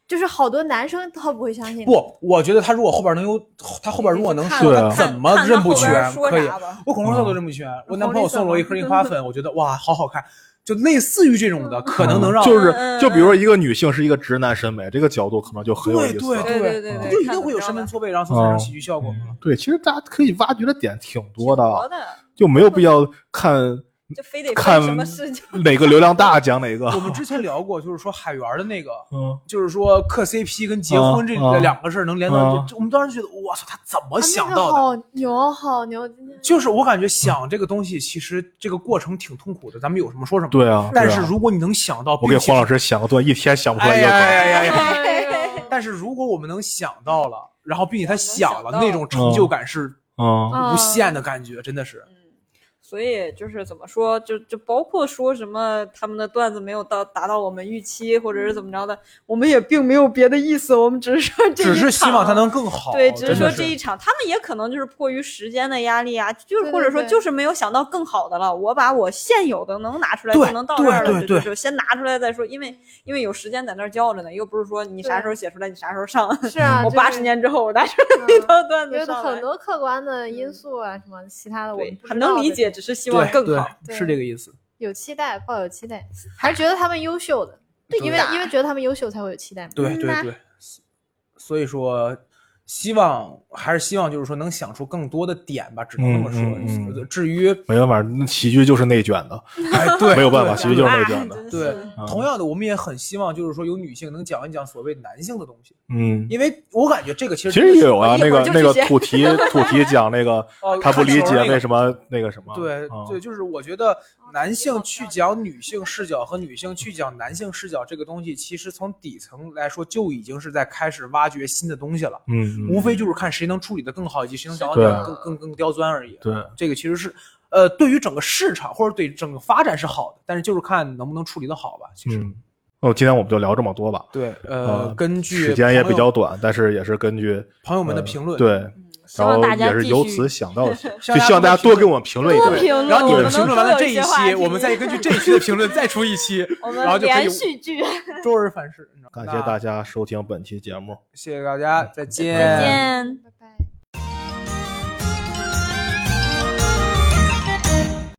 S4: 就是好多男生他不会相信。，
S3: 不，我觉得他如果后边能有，他后边如果能说，
S1: 对啊
S3: 他怎么认不全
S5: 看？他后边说
S3: 可以
S5: 啥吧，
S3: 我恐龙色都认不全。我男朋友送了我一盒
S5: 红绿色
S3: 印
S5: 吗
S3: 花粉，我觉得哇，好好看，就类似于这种的，可能能让
S1: 就是
S5: 嗯嗯
S1: 就比如说一个女性是一个直男审美，这个角度可能就很有意思了。
S3: 对
S5: 对对
S1: 对
S5: 对，
S3: 就一定会有身份错位，然后产生喜剧效果嘛。
S1: 对，其实大家可以挖掘的点挺多
S5: 活
S1: 的，啊
S5: 的，
S1: 就没有必要看
S5: 就非得
S1: 看
S5: 分什么视角。
S1: 哪个流量大讲哪个
S3: 我。们之前聊过，就是说海源的那个，
S1: 嗯，
S3: 就是说磕 CP 跟结婚这
S1: 啊啊
S3: 两个事儿能连到
S1: 啊
S3: 一起，我们当时觉得，我操，他怎么
S4: 啊、
S3: 想
S4: 那个
S3: 到的？
S4: 好牛，好牛！今天
S3: 就是我感觉想这个东西，其实这个过程挺痛苦的，咱们有什么说什么。
S1: 对啊。
S3: 但
S1: 对
S3: 是
S1: 啊
S3: 如果你能想到，
S1: 我给
S3: 并且
S1: 黄老师想个段，一天想不出来
S3: 哎
S1: 一个梗。
S3: 呀哎呀哎呀！
S5: 哎呦
S3: 但是如果我们能想到了，然后并且他想了，
S5: 能想到
S3: 那种成就感是
S1: 嗯，
S4: 嗯
S3: 无
S5: <laughs>
S3: 限的感觉，真的是。
S5: 所以就是怎么说，就就包括说什么他们的段子没有到达到我们预期，或者是怎么着的，我们也并没有别的意思，我们只是说这一
S3: 只是希望他
S5: 场
S3: 能更好。
S5: 对，只是
S3: 真
S5: 说
S3: 的
S5: 这一场，他们也可能就是迫于时间的压力啊，就是
S4: 对
S5: 或者说
S4: 对
S5: 就是没有想到更好的了。我把我现有的能拿出来
S3: 对
S5: 就能到这儿
S3: 对对
S5: 了，就
S3: 对
S5: 就先拿出来再说，因为因为有时间在那儿叫着呢，又不是说你啥时候写出来，你啥时候上。
S4: 是啊，
S5: 我
S4: 就
S5: 八
S4: 是嗯
S5: 十年之后我拿出来那套段
S4: 有
S5: 子上来嗯
S4: 很多客观的因素啊，什么其他的我们
S5: 对，
S4: 不知
S5: 很能
S4: 道
S5: 理
S4: 的
S5: 解，只是希望
S3: 对
S5: 更好。
S3: 对是这个意思。
S4: 有期待，抱有期待，还是觉得他们优秀的，对，因为因为觉得他们优秀才会有期待嘛。
S3: 对
S5: 嗯
S3: 对
S5: 呐
S3: 对，所以说希望还是希望就是说能想出更多的点吧，只能这么说。
S1: 嗯嗯嗯
S3: 至于
S1: 没办法，那喜剧就是内卷的，
S3: <laughs> 哎，对，
S1: 没有办法，
S3: 对
S1: 喜剧就是内卷的。
S5: 啊真是
S3: 对，
S1: 嗯
S3: 同样的，我们也很希望，就是说有女性能讲一讲所谓男性的东西，
S1: 嗯，
S3: 因为我感觉这个其实
S1: 其实也有啊，
S5: 我一
S1: 那
S5: 会
S1: 个
S5: 儿就
S1: 那
S5: 这
S1: 个
S5: 些
S1: 土
S3: <laughs>
S1: 提土提讲那个
S3: 哦
S1: 他不理
S3: 看球
S1: 解
S3: 那个
S1: 为什么那个什么，
S3: 对
S1: 嗯
S3: 对，就是我觉得男性去讲女性视角和女性去讲男性视角这个东西，其实从底层来说就已经是在开始挖掘新的东西了，
S1: 嗯，嗯
S3: 无非就是看谁能处理的更好，以及谁能讲
S1: 是
S3: 得
S1: 的
S3: 更更更刁钻而已。
S1: 对，
S3: 这个其实是呃，对于整个市场或者对整个发展是好的，但是就是看能不能处理的好吧。其实、
S1: 嗯，哦，今天我们就聊这么多吧，
S3: 对，呃，
S1: 呃
S3: 根据
S1: 时间也
S3: 朋
S1: 比
S3: 友
S1: 较短，但是也是根据
S3: 朋友
S1: 我
S3: 们的评论，
S1: 对，
S5: 希
S1: 然
S5: 望
S1: 后
S5: 大家
S1: 也是由
S5: 继续
S1: 此想到的，
S5: <laughs>
S1: 就
S3: 望大家
S1: 希望大家多给我们评论一
S5: 多
S1: 点，
S5: 评论，
S3: 然后你
S5: 我
S3: 们
S5: 能
S3: 评论
S5: 多
S3: 完了
S5: 有
S3: 这一
S5: 些话
S3: 期，我们
S5: 题
S3: 再根据这一期的评论再出一
S5: <laughs>
S3: 期，
S5: 我
S3: 然后
S5: 们
S3: 就可以
S5: 连续剧，
S3: 周而复始。
S1: 感谢大家收听本期节目。
S3: 谢谢大家，再见。
S5: 见。
S4: 拜拜。